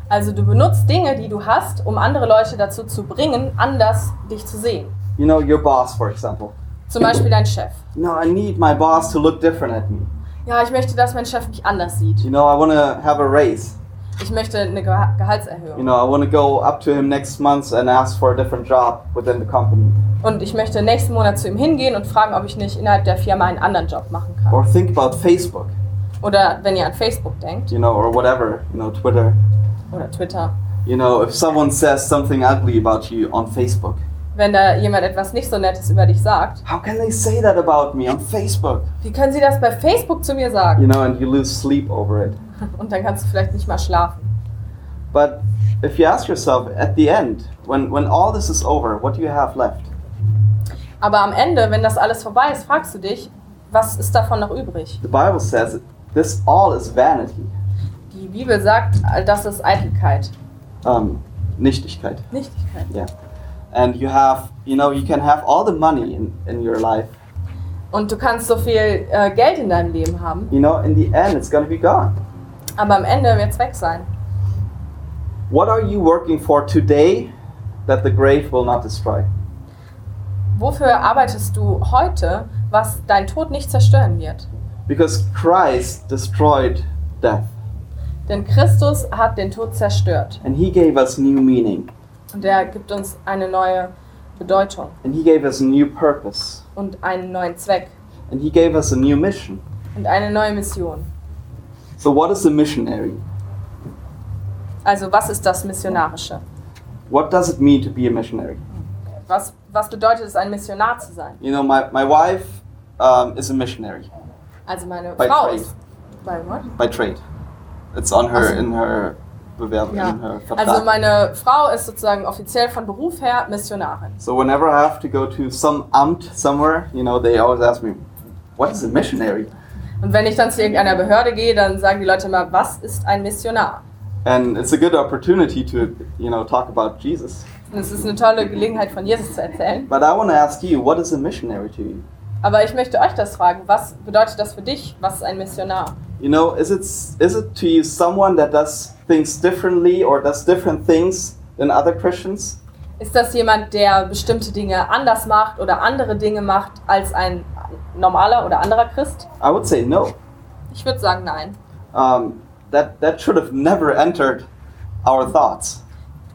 Speaker 3: Also du benutzt Dinge, die du hast, um andere Leute dazu zu bringen, anders dich zu sehen.
Speaker 2: You know, your boss, for example.
Speaker 3: Zum Beispiel dein Chef.
Speaker 2: You know, I need my boss to look different at me.
Speaker 3: Ja, ich möchte, dass mein Chef mich anders sieht.
Speaker 2: You know, I want to have a raise.
Speaker 3: Ich möchte eine Geha-
Speaker 2: You
Speaker 3: Gehaltserhöhung.
Speaker 2: know, I want to go up to him next month and ask for a different job within the company.
Speaker 3: Und ich möchte nächsten Monat zu ihm hingehen und fragen, ob ich nicht innerhalb der Firma einen anderen Job machen kann.
Speaker 2: Or think about Facebook,
Speaker 3: Oder wenn ihr an Facebook denkt
Speaker 2: you know, or whatever, you know, Twitter.
Speaker 3: oder Twitter.
Speaker 2: You know, if someone says something ugly about you on Facebook,
Speaker 3: Wenn da jemand etwas nicht so Nettes über dich sagt,
Speaker 2: how can they say that about me on Facebook?
Speaker 3: wie können sie das bei Facebook zu mir
Speaker 2: You
Speaker 3: sagen?
Speaker 2: know, and you lose sleep over it.
Speaker 3: Und dann kannst du vielleicht nicht mal schlafen.
Speaker 2: But if you ask yourself at the end, when, when all this is over, what do you have left?
Speaker 3: Aber am Ende, wenn das alles vorbei ist, fragst du dich, was ist davon noch übrig?
Speaker 2: The Bible says this all is vanity,
Speaker 3: Die Bibel sagt, das ist Eitelkeit,
Speaker 2: um, nichtigkeit.
Speaker 3: Nichtigkeit.
Speaker 2: Yeah. And you have, you know, you can have all the money in, in your life.
Speaker 3: Und du kannst so viel äh, Geld in deinem Leben haben,
Speaker 2: You know, in the end, it's going to be gone.
Speaker 3: aber am Ende wird es weg sein.
Speaker 2: What are you working for today that the grave will not destroy?
Speaker 3: Wofür arbeitest du heute, was dein Tod nicht zerstören wird?
Speaker 2: Because Christ destroyed death
Speaker 3: Denn Christus hat den Tod zerstört
Speaker 2: and he gave us new meaning
Speaker 3: und er gibt uns eine neue Bedeutung
Speaker 2: and he gave us a new purpose
Speaker 3: und einen neuen Zweck
Speaker 2: and he gave us a new mission.
Speaker 3: und eine neue Mission.
Speaker 2: So, what is a missionary?
Speaker 3: Also was ist das Missionarische?
Speaker 2: What does it mean to be a missionary?
Speaker 3: Was, was bedeutet es, ein Missionar zu sein?
Speaker 2: You know, my, my wife um, is a missionary
Speaker 3: Also meine
Speaker 2: Bei
Speaker 3: Frau
Speaker 2: Trade.
Speaker 3: ist... Bei what?
Speaker 2: by trade. It's on her,
Speaker 3: Also-
Speaker 2: in her, Bewerbung,
Speaker 3: Ja.
Speaker 2: in her Äh, Vertrag.
Speaker 3: Also meine Frau ist sozusagen offiziell von Beruf her Missionarin.
Speaker 2: So whenever I have to go to some amt somewhere, you know, they always ask me, "What is a missionary?"
Speaker 3: Und wenn ich dann zu irgendeiner Behörde gehe, dann sagen die Leute immer, was ist ein Missionar?
Speaker 2: And it's a good opportunity to, you know, talk about Jesus.
Speaker 3: Und es ist eine tolle Gelegenheit, von Jesus zu erzählen.
Speaker 2: But I want to ask you, what is a missionary to you?
Speaker 3: Aber ich möchte euch das fragen, was bedeutet das für dich? Was ist ein Missionar?
Speaker 2: You know, is it is it to you someone that does things differently or does different things than other Christians?
Speaker 3: Ist das jemand, der bestimmte Dinge anders macht oder andere Dinge macht als ein normaler oder anderer Christ?
Speaker 2: I would say no.
Speaker 3: Ich würde sagen, nein.
Speaker 2: Um, that that should have never entered our thoughts.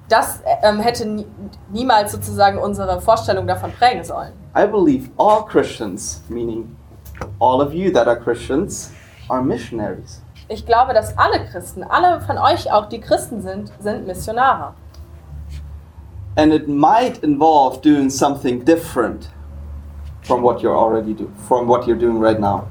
Speaker 3: Das ähm, hätte nie, niemals sozusagen unsere Vorstellung davon prägen sollen.
Speaker 2: I believe all Christians, meaning all of you that are Christians, are missionaries.
Speaker 3: Ich glaube, dass alle Christen, alle von euch auch, die Christen sind, sind Missionare.
Speaker 2: and it might involve doing something different from what you're already do from what you're doing right now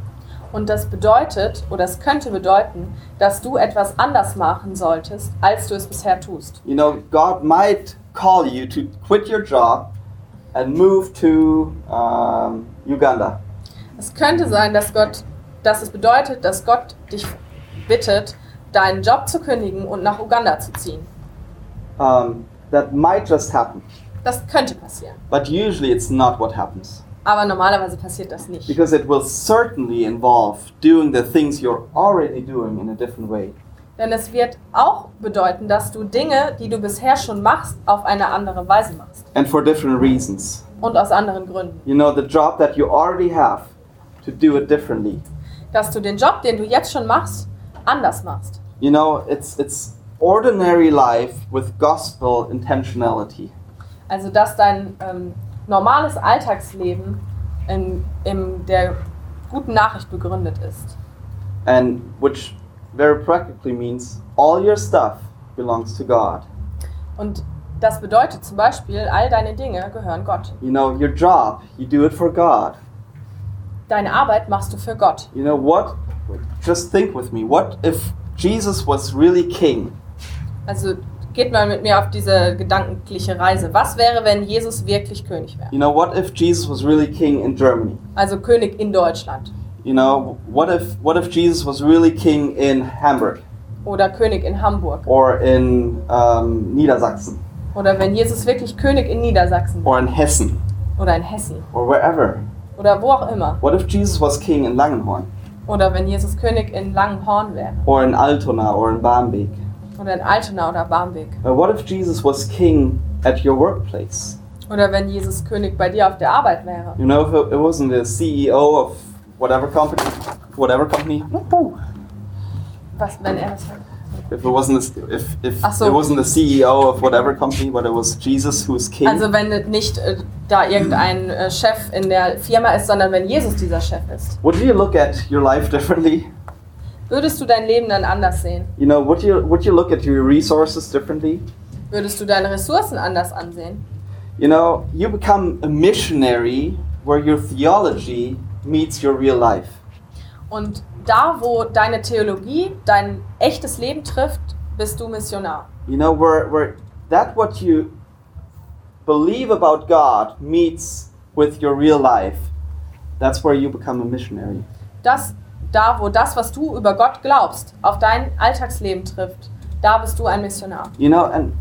Speaker 3: Und das bedeutet, oder es könnte bedeuten, dass du etwas anders machen solltest, als du es bisher tust.
Speaker 2: you know god might call you to quit your job and move to um, uganda
Speaker 3: Es könnte sein, dass Gott, dass es bedeutet, dass Gott dich bittet, deinen Job zu kündigen und nach Uganda zu ziehen.
Speaker 2: um, that might just happen
Speaker 3: Das könnte passieren.
Speaker 2: but usually it's not what happens
Speaker 3: Aber normalerweise passiert das nicht.
Speaker 2: because it will certainly involve doing the things you're already doing in a different way
Speaker 3: Denn es wird auch bedeuten, dass du Dinge, die du bisher schon machst, auf eine andere Weise machst.
Speaker 2: and for different reasons
Speaker 3: Und aus anderen Gründen.
Speaker 2: you know the job that you already have to do it differently
Speaker 3: Dass du den Job, den du jetzt schon machst, anders machst.
Speaker 2: You know, it's it's ordinary life with gospel intentionality.
Speaker 3: Also dass dein ähm, normales Alltagsleben in, in der guten Nachricht begründet ist.
Speaker 2: And which very practically means all your stuff belongs to God.
Speaker 3: Und das bedeutet zum Beispiel, all deine Dinge gehören Gott.
Speaker 2: You know, your job, you do it for God.
Speaker 3: Deine Arbeit machst du für Gott.
Speaker 2: You know what just think with me, what if Jesus was really king?
Speaker 3: Also geht mal mit mir auf diese gedankliche Reise. Was wäre, wenn Jesus wirklich König wäre?
Speaker 2: You know, what if Jesus was really king in Germany?
Speaker 3: Also König in Deutschland
Speaker 2: You know, what if what if Jesus was really king in Hamburg
Speaker 3: oder König in Hamburg
Speaker 2: or in um, Niedersachsen
Speaker 3: oder wenn Jesus wirklich König in Niedersachsen wäre
Speaker 2: or in Hessen
Speaker 3: oder in Hessen
Speaker 2: or wherever?
Speaker 3: oder wo auch immer
Speaker 2: What if Jesus was king in Langenhorn?
Speaker 3: oder wenn Jesus König in Langenhorn wäre
Speaker 2: or in Altona or in Barmbek?
Speaker 3: oder in Altona oder Barmbek
Speaker 2: Uh, what if Jesus was king at your workplace?
Speaker 3: oder wenn Jesus König bei dir auf der Arbeit wäre
Speaker 2: You know, if it- it wasn't the CEO of whatever company, whatever company,
Speaker 3: was wenn er das wäre?
Speaker 2: if it wasn't the, if, if
Speaker 3: Ach so.
Speaker 2: it wasn't the CEO of whatever company, but it was Jesus who was king.
Speaker 3: also wenn nicht äh, da irgendein äh, Chef in der Firma ist sondern wenn Jesus dieser Chef ist
Speaker 2: would you look at your life differently?
Speaker 3: würdest du dein Leben dann anders sehen
Speaker 2: You know, would you would you look at your resources differently?
Speaker 3: würdest du deine Ressourcen anders ansehen.
Speaker 2: You know, you become a missionary where your theology meets your real life.
Speaker 3: Und da, wo deine Theologie dein echtes Leben trifft, bist du Missionar.
Speaker 2: You know, where, where that what you believe about God meets with your real life, that's where you become a missionary.
Speaker 3: Das, da, wo das, was du über Gott glaubst, auf dein Alltagsleben trifft, da bist du ein Missionar.
Speaker 2: You know, and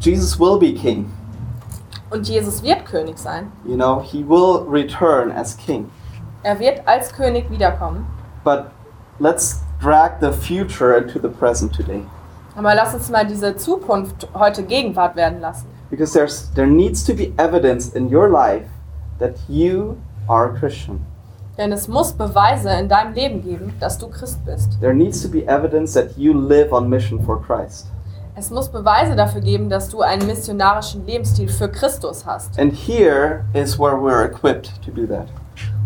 Speaker 2: Jesus will be king.
Speaker 3: Und Jesus wird König sein.
Speaker 2: You know, he will return as king.
Speaker 3: Er wird als König wiederkommen.
Speaker 2: But let's drag the future into the present today.
Speaker 3: Aber lass uns mal diese Zukunft heute Gegenwart werden lassen.
Speaker 2: Because there's there needs to be evidence in your life that you are a Christian.
Speaker 3: Denn es muss Beweise in deinem Leben geben, dass du Christ bist.
Speaker 2: There needs to be evidence that you live on mission for Christ.
Speaker 3: Es muss Beweise dafür geben, dass du einen missionarischen Lebensstil für Christus hast.
Speaker 2: And here is where we're equipped to do that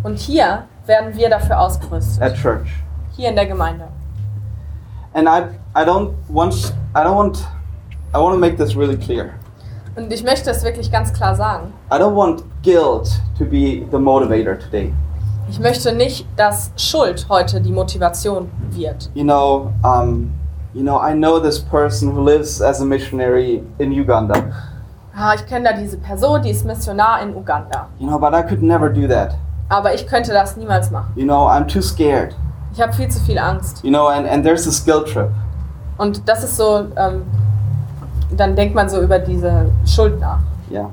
Speaker 3: Und hier werden wir dafür ausgerüstet.
Speaker 2: at church.
Speaker 3: Hier in der Gemeinde.
Speaker 2: And I I don't want I don't want I want to make this really clear.
Speaker 3: Und ich möchte es wirklich ganz klar sagen.
Speaker 2: I don't want guilt to be the motivator today.
Speaker 3: Ich möchte nicht, dass Schuld heute die Motivation wird.
Speaker 2: You know, um, you know, I know this person who lives as a missionary in Uganda.
Speaker 3: Ah, ich kenne da diese Person, die ist Missionar in Uganda.
Speaker 2: You know, but I could never do that.
Speaker 3: Aber ich könnte das niemals machen.
Speaker 2: You know, I'm too scared.
Speaker 3: Ich habe viel zu viel Angst.
Speaker 2: You know, and, and there's this guilt trip.
Speaker 3: Und das ist so, ähm, dann denkt man so über diese Schuld nach.
Speaker 2: Yeah.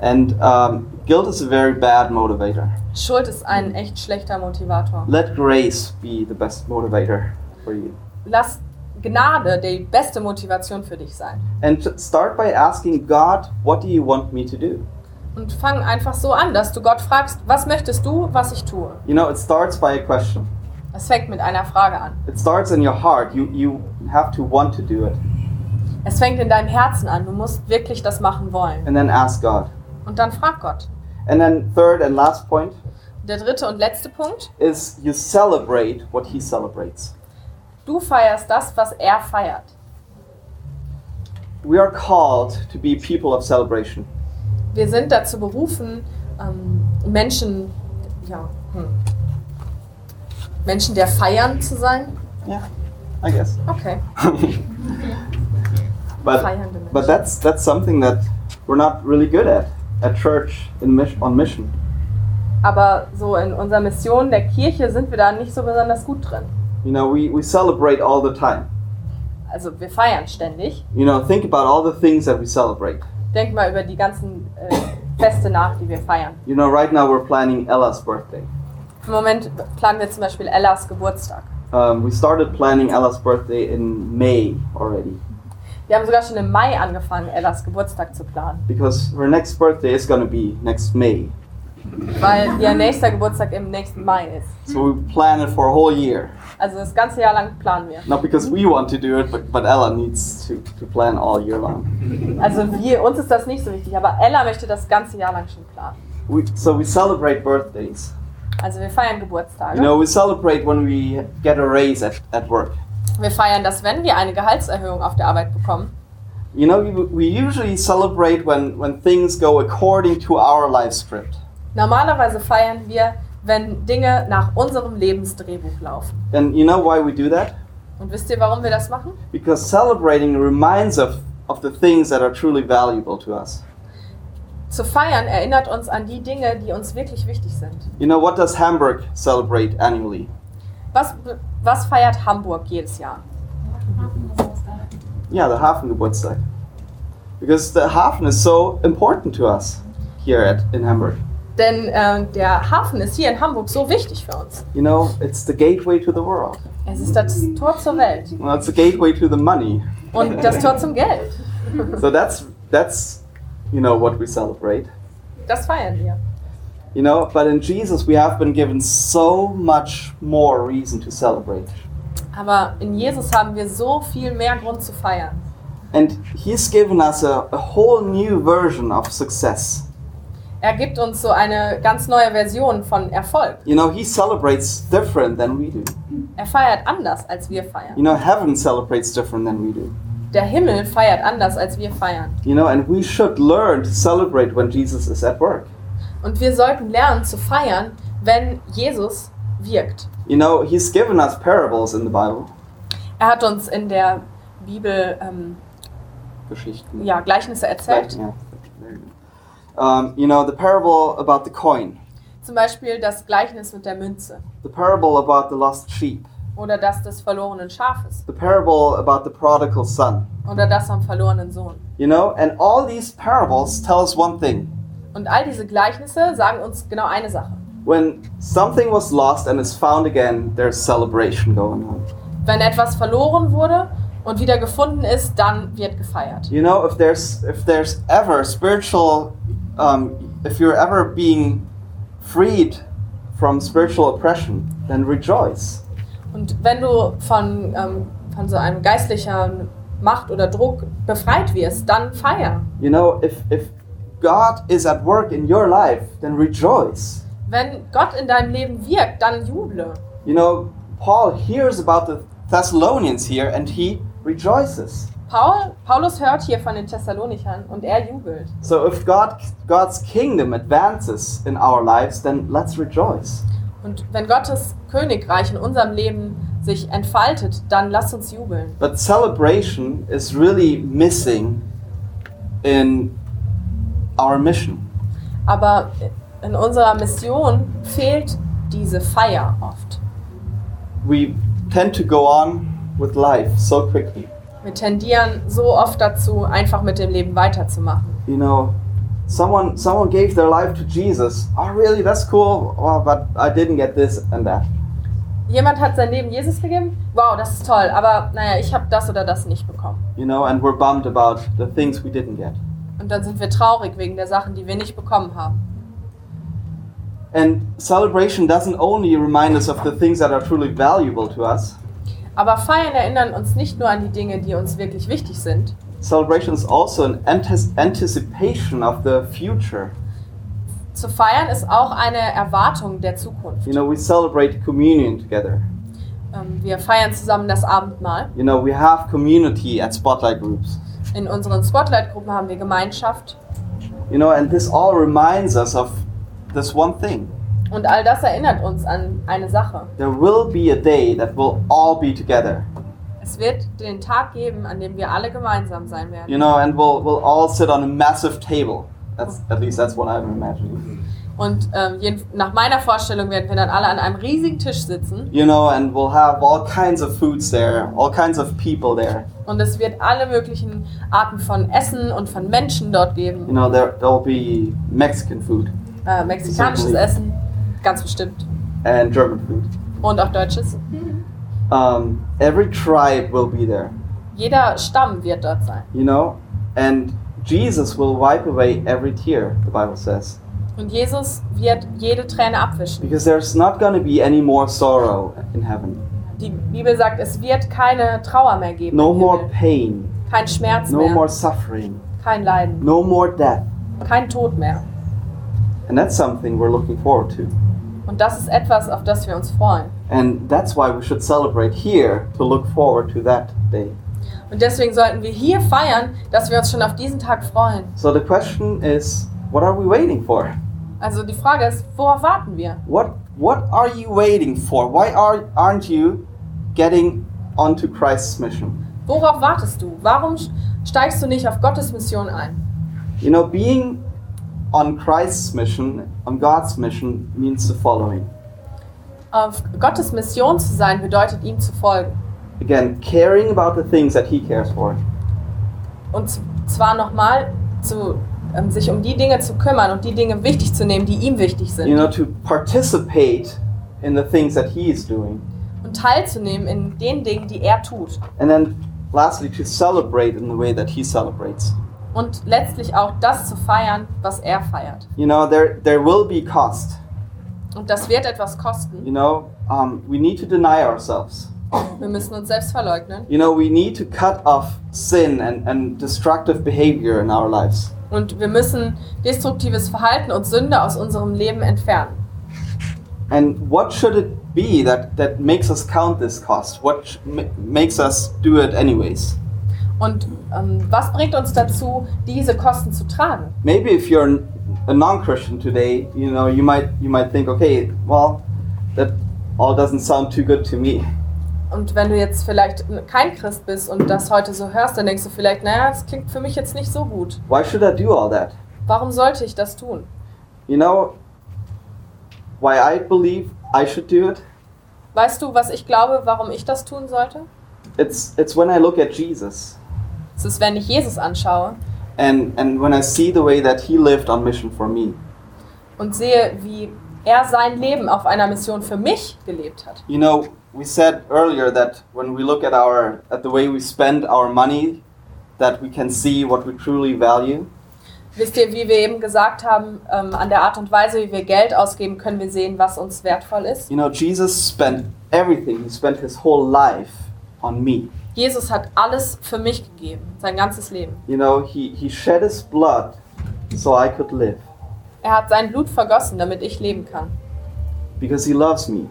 Speaker 2: And um, guilt is a very bad motivator.
Speaker 3: Schuld ist ein echt schlechter Motivator.
Speaker 2: Let grace be the best motivator for you.
Speaker 3: Lass Gnade die beste Motivation für dich sein.
Speaker 2: And t- start by asking God, what do you want me to do?
Speaker 3: Und fang einfach so an, dass du Gott fragst, was möchtest du, was ich tue?
Speaker 2: You know, it starts by a question.
Speaker 3: Das fängt mit einer Frage an.
Speaker 2: It starts in your heart. You, you have to want to do it.
Speaker 3: Es fängt in deinem Herzen an. Du musst wirklich das machen wollen.
Speaker 2: And then ask God.
Speaker 3: Und dann frag Gott.
Speaker 2: And then, third and last point
Speaker 3: Der dritte und letzte Punkt.
Speaker 2: is you celebrate what He celebrates.
Speaker 3: Du feierst das, was er feiert.
Speaker 2: We are called to be people of celebration.
Speaker 3: Wir sind dazu berufen, ähm, Menschen, ja, hm, Menschen der Feiern zu sein.
Speaker 2: Yeah, I guess.
Speaker 3: Okay.
Speaker 2: but
Speaker 3: Feiernde Menschen.
Speaker 2: but that's that's something that we're not really good at at church in mis- on mission.
Speaker 3: Aber so in unserer Mission der Kirche sind wir da nicht so besonders gut drin.
Speaker 2: You know, we, we celebrate all the time.
Speaker 3: Also wir feiern ständig.
Speaker 2: You know, think about all the things that we celebrate.
Speaker 3: Denk mal über die ganzen äh, Feste nach, die wir feiern.
Speaker 2: You know, right now we're planning Ella's birthday.
Speaker 3: Im Moment planen wir zum Beispiel Ellas Geburtstag.
Speaker 2: Um, we started planning Ella's birthday in May already
Speaker 3: Wir haben sogar schon im Mai angefangen, Ellas Geburtstag zu planen,
Speaker 2: because her next birthday is gonna be next May.
Speaker 3: weil ihr nächster Geburtstag im nächsten Mai ist.
Speaker 2: So we plan it for a whole year.
Speaker 3: Also das ganze Jahr lang planen wir.
Speaker 2: Not because we want to do it, but, but Ella needs to, to plan all year long.
Speaker 3: Also wir, uns ist das nicht so wichtig, aber Ella möchte das ganze Jahr lang schon planen.
Speaker 2: We, so we celebrate birthdays.
Speaker 3: Also wir feiern Geburtstage.
Speaker 2: You know, we celebrate when we get a raise at, at work.
Speaker 3: Wir feiern das, wenn wir eine Gehaltserhöhung auf der Arbeit bekommen.
Speaker 2: You know, we, we usually celebrate when, when things go according to our life script.
Speaker 3: Normalerweise feiern wir, wenn Dinge nach unserem Lebensdrehbuch laufen.
Speaker 2: And you know why we do that?
Speaker 3: Und wisst ihr, warum wir das machen?
Speaker 2: Because celebrating reminds us of the things that are truly valuable to us.
Speaker 3: Zu feiern erinnert uns an die Dinge, die uns wirklich wichtig sind.
Speaker 2: You know, what does Hamburg celebrate annually?
Speaker 3: Was, was feiert Hamburg jedes Jahr?
Speaker 2: Yeah, the Hafengeburtstag. Because the Hafen is so important to us here at, in Hamburg.
Speaker 3: Denn äh, der Hafen ist hier in Hamburg so wichtig für uns.
Speaker 2: You know, it's the gateway to the world.
Speaker 3: Es ist das Tor zur Welt
Speaker 2: Well, it's the gateway to the money.
Speaker 3: und das Tor zum Geld.
Speaker 2: So that's that's you know what we celebrate.
Speaker 3: Das feiern wir.
Speaker 2: You know, but in Jesus we have been given so much more reason to celebrate.
Speaker 3: Aber in Jesus haben wir so viel mehr Grund zu feiern.
Speaker 2: And he's given us a, a whole new version of success.
Speaker 3: Er gibt uns so eine ganz neue Version von Erfolg.
Speaker 2: You know, he celebrates different than we do.
Speaker 3: Er feiert anders, als wir feiern.
Speaker 2: You know, heaven celebrates different than we do.
Speaker 3: Der Himmel feiert anders, als wir feiern.
Speaker 2: You know, and we should learn to celebrate when Jesus is at work.
Speaker 3: Und wir sollten lernen zu feiern, wenn Jesus wirkt.
Speaker 2: You know, He's given us parables in the Bible.
Speaker 3: Er hat uns in der Bibel ähm,
Speaker 2: Geschichten.
Speaker 3: ja, Gleichnisse
Speaker 2: Like,
Speaker 3: erzählt.
Speaker 2: yeah. There you go. Um, you know, the parable about the coin,
Speaker 3: Zum Beispiel das Gleichnis mit der Münze
Speaker 2: the parable about the lost sheep,
Speaker 3: oder das des verlorenen Schafes
Speaker 2: the parable about the prodigal son.
Speaker 3: oder das am verlorenen Sohn.
Speaker 2: You know, and all these parables tell us one thing.
Speaker 3: Und all diese Gleichnisse sagen uns genau eine Sache.
Speaker 2: When something was lost and is found again, there's celebration going on.
Speaker 3: Wenn etwas verloren wurde und wieder gefunden ist, dann wird gefeiert.
Speaker 2: You know, if there's if there's ever spiritual, um, if you're ever being freed from spiritual oppression, then rejoice.
Speaker 3: Und wenn du von, ähm, von so einem geistlichen Macht oder Druck befreit wirst, dann feier.
Speaker 2: You know, if if God is at work in your life, then rejoice.
Speaker 3: Wenn Gott in deinem Leben wirkt, dann juble.
Speaker 2: You know, Paul hears about the Thessalonians here and he rejoices.
Speaker 3: Paul, Paulus hört hier von den Thessalonichern und er jubelt.
Speaker 2: So if God God's kingdom advances in our lives, then let's rejoice.
Speaker 3: Und wenn Gottes Königreich in unserem Leben sich entfaltet, dann lasst uns jubeln.
Speaker 2: But celebration is really missing in our mission.
Speaker 3: Aber in unserer Mission fehlt diese Feier oft.
Speaker 2: We tend to go on with life so quickly.
Speaker 3: Wir tendieren so oft dazu, einfach mit dem Leben weiterzumachen.
Speaker 2: You know, someone someone gave their life to Jesus. Oh really, that's cool. Oh, but I didn't get this and that.
Speaker 3: Jemand hat sein Leben Jesus gegeben? Wow, das ist toll, aber naja, ich habe das oder das nicht bekommen.
Speaker 2: You know, and we're bummed about the things we didn't get.
Speaker 3: Und dann sind wir traurig wegen der Sachen, die wir nicht bekommen haben.
Speaker 2: And celebration doesn't only remind us of the things that are truly valuable to us,
Speaker 3: Aber Feiern erinnern uns nicht nur an die Dinge, die uns wirklich wichtig sind.
Speaker 2: celebration is also an antis- anticipation of the future.
Speaker 3: Zu feiern ist auch eine Erwartung der Zukunft.
Speaker 2: You know, we celebrate communion together.
Speaker 3: Ähm, wir feiern zusammen das Abendmahl.
Speaker 2: You know, we have community at spotlight groups.
Speaker 3: In unseren Spotlight-Gruppen haben wir Gemeinschaft.
Speaker 2: You know, and this all reminds us of this one thing.
Speaker 3: Und all das erinnert uns an eine Sache.
Speaker 2: There will be a day that we'll all be together.
Speaker 3: Es wird den Tag geben, an dem wir alle gemeinsam sein werden.
Speaker 2: You know, and we'll, we'll all sit on a massive table. That's, at least that's what I'm imagining.
Speaker 3: Und ähm, jeden- nach meiner Vorstellung werden wir dann alle an einem riesigen Tisch sitzen
Speaker 2: You know, and we'll have all kinds of foods there, all kinds of people there.
Speaker 3: und es wird alle möglichen Arten von Essen und von Menschen dort
Speaker 2: You
Speaker 3: geben.
Speaker 2: know, there, there'll be Mexican food
Speaker 3: Äh, mexikanisches Essen, ganz bestimmt.
Speaker 2: and German food.
Speaker 3: Und auch deutsches.
Speaker 2: Um, every tribe will be there,
Speaker 3: Jeder Stamm wird dort sein.
Speaker 2: you know? And Jesus will wipe away every tear, the Bible says.
Speaker 3: Und Jesus wird jede Träne abwischen.
Speaker 2: Because there's not going to be any more sorrow in heaven,
Speaker 3: Die Bibel sagt, es wird keine Trauer mehr geben.
Speaker 2: no
Speaker 3: im
Speaker 2: more
Speaker 3: Himmel.
Speaker 2: pain,
Speaker 3: kein Schmerz
Speaker 2: no
Speaker 3: mehr,
Speaker 2: more suffering,
Speaker 3: kein Leiden,
Speaker 2: no more death.
Speaker 3: kein Tod mehr.
Speaker 2: And that's something we're looking forward to.
Speaker 3: Und das ist etwas, auf das wir uns freuen.
Speaker 2: And that's why we should celebrate here to look forward to that day.
Speaker 3: Und deswegen sollten wir hier feiern, dass wir uns schon auf diesen Tag freuen.
Speaker 2: So the question is what are we waiting for?
Speaker 3: Also die Frage ist, worauf warten wir?
Speaker 2: What what are you waiting for? Why are aren't you getting onto Christ's mission?
Speaker 3: Worauf wartest du? Warum steigst du nicht auf Gottes Mission ein?
Speaker 2: You know, being on Christ's mission, on God's mission means the following.
Speaker 3: Auf Gottes Mission zu sein bedeutet ihm zu folgen.
Speaker 2: Again, caring about the things that he cares for.
Speaker 3: Und z- zwar nochmal zu ähm, sich um die Dinge zu kümmern und die Dinge wichtig zu nehmen, die ihm wichtig sind.
Speaker 2: You know, to participate in the things that he is doing.
Speaker 3: Und teilzunehmen in den Dingen, die er tut.
Speaker 2: And then lastly to celebrate in the way that he celebrates.
Speaker 3: Und letztlich auch das zu feiern, was er feiert.
Speaker 2: You know, there there will be cost.
Speaker 3: Und das wird etwas
Speaker 2: You
Speaker 3: kosten.
Speaker 2: know, um, we need to deny ourselves.
Speaker 3: Wir müssen uns selbst verleugnen.
Speaker 2: You know, we need to cut off sin and, and destructive behavior in our lives.
Speaker 3: Und wir müssen destruktives Verhalten und Sünde aus unserem Leben entfernen.
Speaker 2: And what should it be that, that makes us count this cost? What sh- ma- makes us do it anyways?
Speaker 3: Und ähm, was bringt uns dazu, diese Kosten zu tragen?
Speaker 2: Maybe if you're n- a non-Christian today, you know, you might you might think, okay, well, that all doesn't sound too good to me.
Speaker 3: Und wenn du jetzt vielleicht kein Christ bist und das heute so hörst, dann denkst du vielleicht, naja, das klingt für mich jetzt nicht so gut.
Speaker 2: Why should I do all that?
Speaker 3: Warum sollte ich das tun?
Speaker 2: You know why I believe I should do it?
Speaker 3: Weißt du, was ich glaube, warum ich das tun sollte?
Speaker 2: It's it's when I look at Jesus
Speaker 3: Es ist, wenn ich Jesus anschaue
Speaker 2: and and when I see the way that he lived on mission for me.
Speaker 3: und sehe, wie er sein Leben auf einer Mission für mich gelebt hat.
Speaker 2: You know, we said earlier that when we look at our at the way we spend our money, that we can see what we truly value.
Speaker 3: Wisst ihr, wie wir eben gesagt haben, ähm, an der Art und Weise, wie wir Geld ausgeben, können wir sehen, was uns wertvoll ist.
Speaker 2: You know, Jesus spent everything. He spent his whole life on me.
Speaker 3: Jesus hat alles für mich gegeben, sein ganzes Leben.
Speaker 2: You know, he he shed his blood so I could live
Speaker 3: Er hat sein Blut vergossen, damit ich leben kann,
Speaker 2: because he loves me.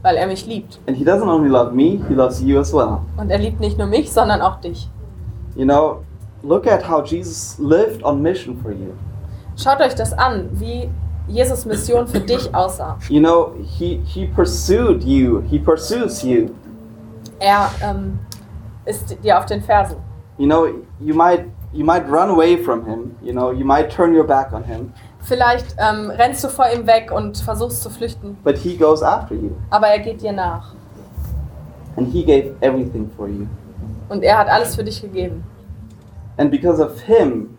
Speaker 3: weil er mich liebt.
Speaker 2: And he doesn't only love me, he loves you as well.
Speaker 3: Und er liebt nicht nur mich, sondern auch dich.
Speaker 2: You know, look at how Jesus lived on mission for you.
Speaker 3: Schaut euch das an, wie Jesus Mission für dich aussah.
Speaker 2: You know, he he pursued you. He pursues you.
Speaker 3: Er ähm, ist dir auf den Fersen.
Speaker 2: You know, you might you might run away from him. You know, you might turn your back on him,
Speaker 3: Vielleicht ähm, rennst du vor ihm weg und versuchst zu flüchten,
Speaker 2: but he goes after you
Speaker 3: aber er geht dir nach.
Speaker 2: and he gave everything for you.
Speaker 3: Und er hat alles für dich gegeben.
Speaker 2: And because of him,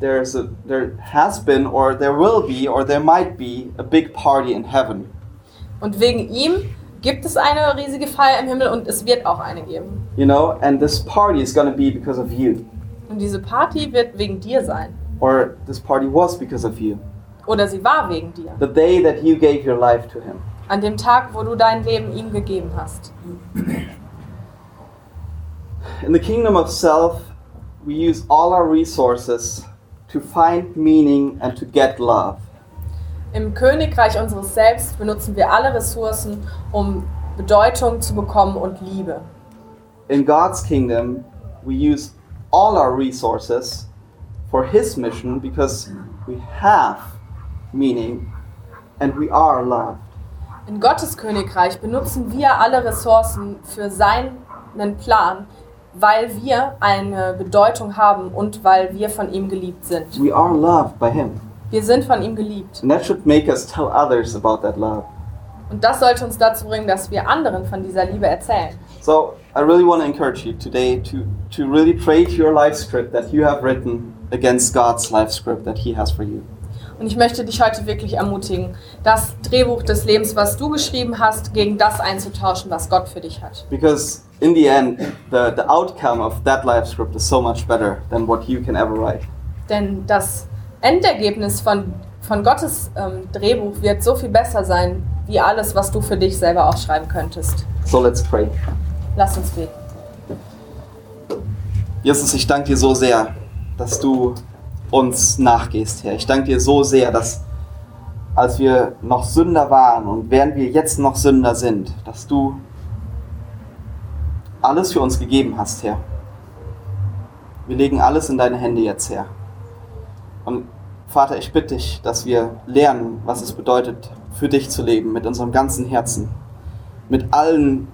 Speaker 2: there's a there has been or there will be or there might be a big party in heaven.
Speaker 3: Und wegen ihm gibt es eine riesige Feier im Himmel und es wird auch eine geben.
Speaker 2: You know, and this party is going to be because of you
Speaker 3: Und diese Party wird wegen dir sein.
Speaker 2: or this party was because of you.
Speaker 3: Oder sie war wegen dir.
Speaker 2: The day that you gave your life to him.
Speaker 3: An dem Tag, wo du dein Leben ihm gegeben hast.
Speaker 2: In the kingdom of self, we use all our resources to find meaning and to get love.
Speaker 3: Im Königreich unseres Selbst benutzen wir alle Ressourcen, um Bedeutung zu bekommen und Liebe.
Speaker 2: In God's kingdom, we use all our resources for His mission because we have meaning and we are loved.
Speaker 3: In Gottes Königreich benutzen wir alle Ressourcen für seinen Plan, weil wir eine Bedeutung haben und weil wir von ihm geliebt sind.
Speaker 2: We are loved by Him.
Speaker 3: Wir sind von ihm geliebt.
Speaker 2: And that should make us tell others about that love.
Speaker 3: Und das sollte uns dazu bringen, dass wir anderen von dieser Liebe erzählen.
Speaker 2: So I really want to encourage you today to, to really pray to your life script that you have written against God's life script that He has for you.
Speaker 3: Und ich möchte dich heute wirklich ermutigen, das Drehbuch des Lebens, was du geschrieben hast, gegen das einzutauschen, was Gott für dich hat.
Speaker 2: Because in the end, the, the outcome of that life script is so much better than what you can ever write.
Speaker 3: Denn das Endergebnis von, von Gottes ähm, Drehbuch wird so viel besser sein, wie alles, was du für dich selber aufschreiben könntest.
Speaker 2: So let's pray.
Speaker 3: Lass uns beten.
Speaker 2: Jesus, ich danke dir so sehr, dass du uns nachgehst, Herr. Ich danke dir so sehr, dass als wir noch Sünder waren und während wir jetzt noch Sünder sind, dass du alles für uns gegeben hast, Herr. Wir legen alles in deine Hände jetzt, Herr. Und Vater, ich bitte dich, dass wir lernen, was es bedeutet, für dich zu leben, mit unserem ganzen Herzen, mit allen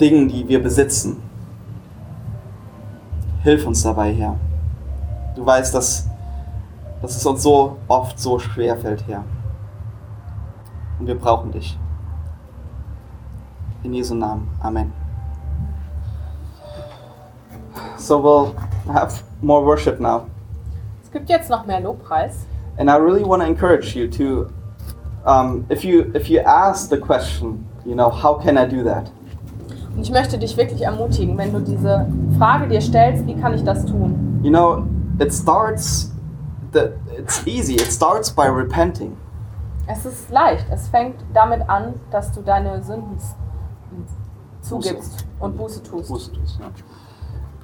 Speaker 2: Dingen, die wir besitzen. Hilf uns dabei, Herr. Du weißt, dass, dass es uns so oft so schwer fällt, Herr. Und wir brauchen dich. In Jesu Namen. Amen. So we'll have more worship now.
Speaker 3: Es gibt jetzt noch mehr Lobpreis.
Speaker 2: And I really want to encourage you to, um, if, you, if you ask the question, you know, how can I do that?
Speaker 3: Und ich möchte dich wirklich ermutigen, wenn du diese Frage dir stellst, wie kann ich das tun?
Speaker 2: You know, it starts, the, it's easy. It starts by repenting.
Speaker 3: Es ist leicht. Es fängt damit an, dass du deine Sünden zugibst und Buße tust.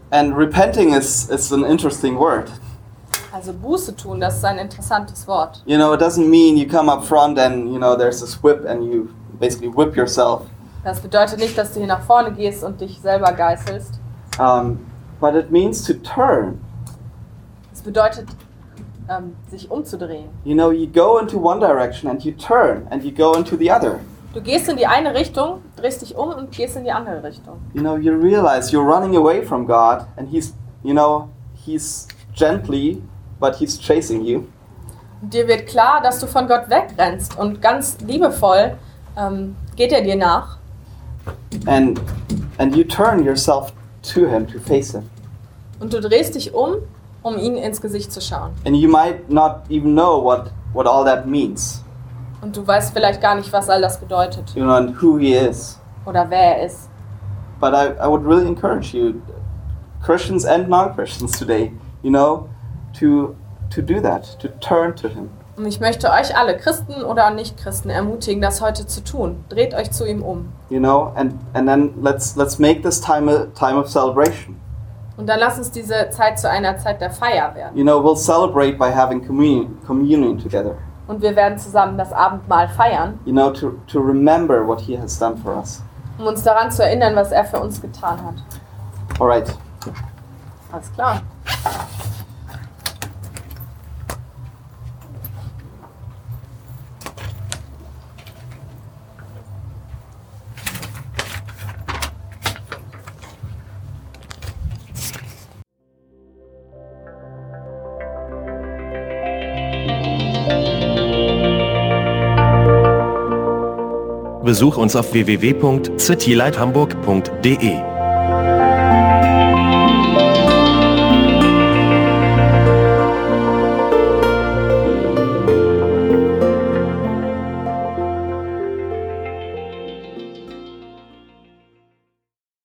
Speaker 2: And repenting is, is an interesting word.
Speaker 3: Also Buße tun, das ist ein interessantes Wort.
Speaker 2: You know, it doesn't mean you come up front and, you know, there's this whip and you basically whip yourself.
Speaker 3: Das bedeutet nicht, dass du hier nach vorne gehst und dich selber geißelst.
Speaker 2: Um, but it means to turn.
Speaker 3: Es bedeutet, ähm, sich umzudrehen.
Speaker 2: You know, you go into one direction and you turn and you go into the other.
Speaker 3: Du gehst in die eine Richtung, drehst dich um und gehst in die andere Richtung.
Speaker 2: You know, you realize you're running away from God and He's, you know, He's gently, but He's chasing you.
Speaker 3: Und dir wird klar, dass du von Gott wegrennst und ganz liebevoll ähm, geht er dir nach
Speaker 2: And, and you turn yourself to Him, to face Him.
Speaker 3: und du drehst dich um, um ihm ins Gesicht zu schauen.
Speaker 2: And you might not even know what, what all that means,
Speaker 3: Und du weißt vielleicht gar nicht, was all das bedeutet
Speaker 2: you know, and who He is.
Speaker 3: oder wer er ist.
Speaker 2: But I, I would really encourage you, Christians and non Christians today, you know, to, to do that, to turn to Him.
Speaker 3: Und ich möchte euch alle, Christen oder Nicht-Christen, ermutigen, das heute zu tun. Dreht euch zu ihm um.
Speaker 2: you know and and then let's let's make this time a time of celebration
Speaker 3: Und dann lass uns diese Zeit zu einer Zeit der Feier werden.
Speaker 2: you know we'll celebrate by having communion communion together
Speaker 3: Und wir werden zusammen das Abendmahl feiern,
Speaker 2: you know to to remember what he has done for us
Speaker 3: um uns daran zu erinnern, was er für uns getan hat.
Speaker 2: all right
Speaker 3: Alles klar.
Speaker 1: Besuch uns auf www.citylighthamburg.de.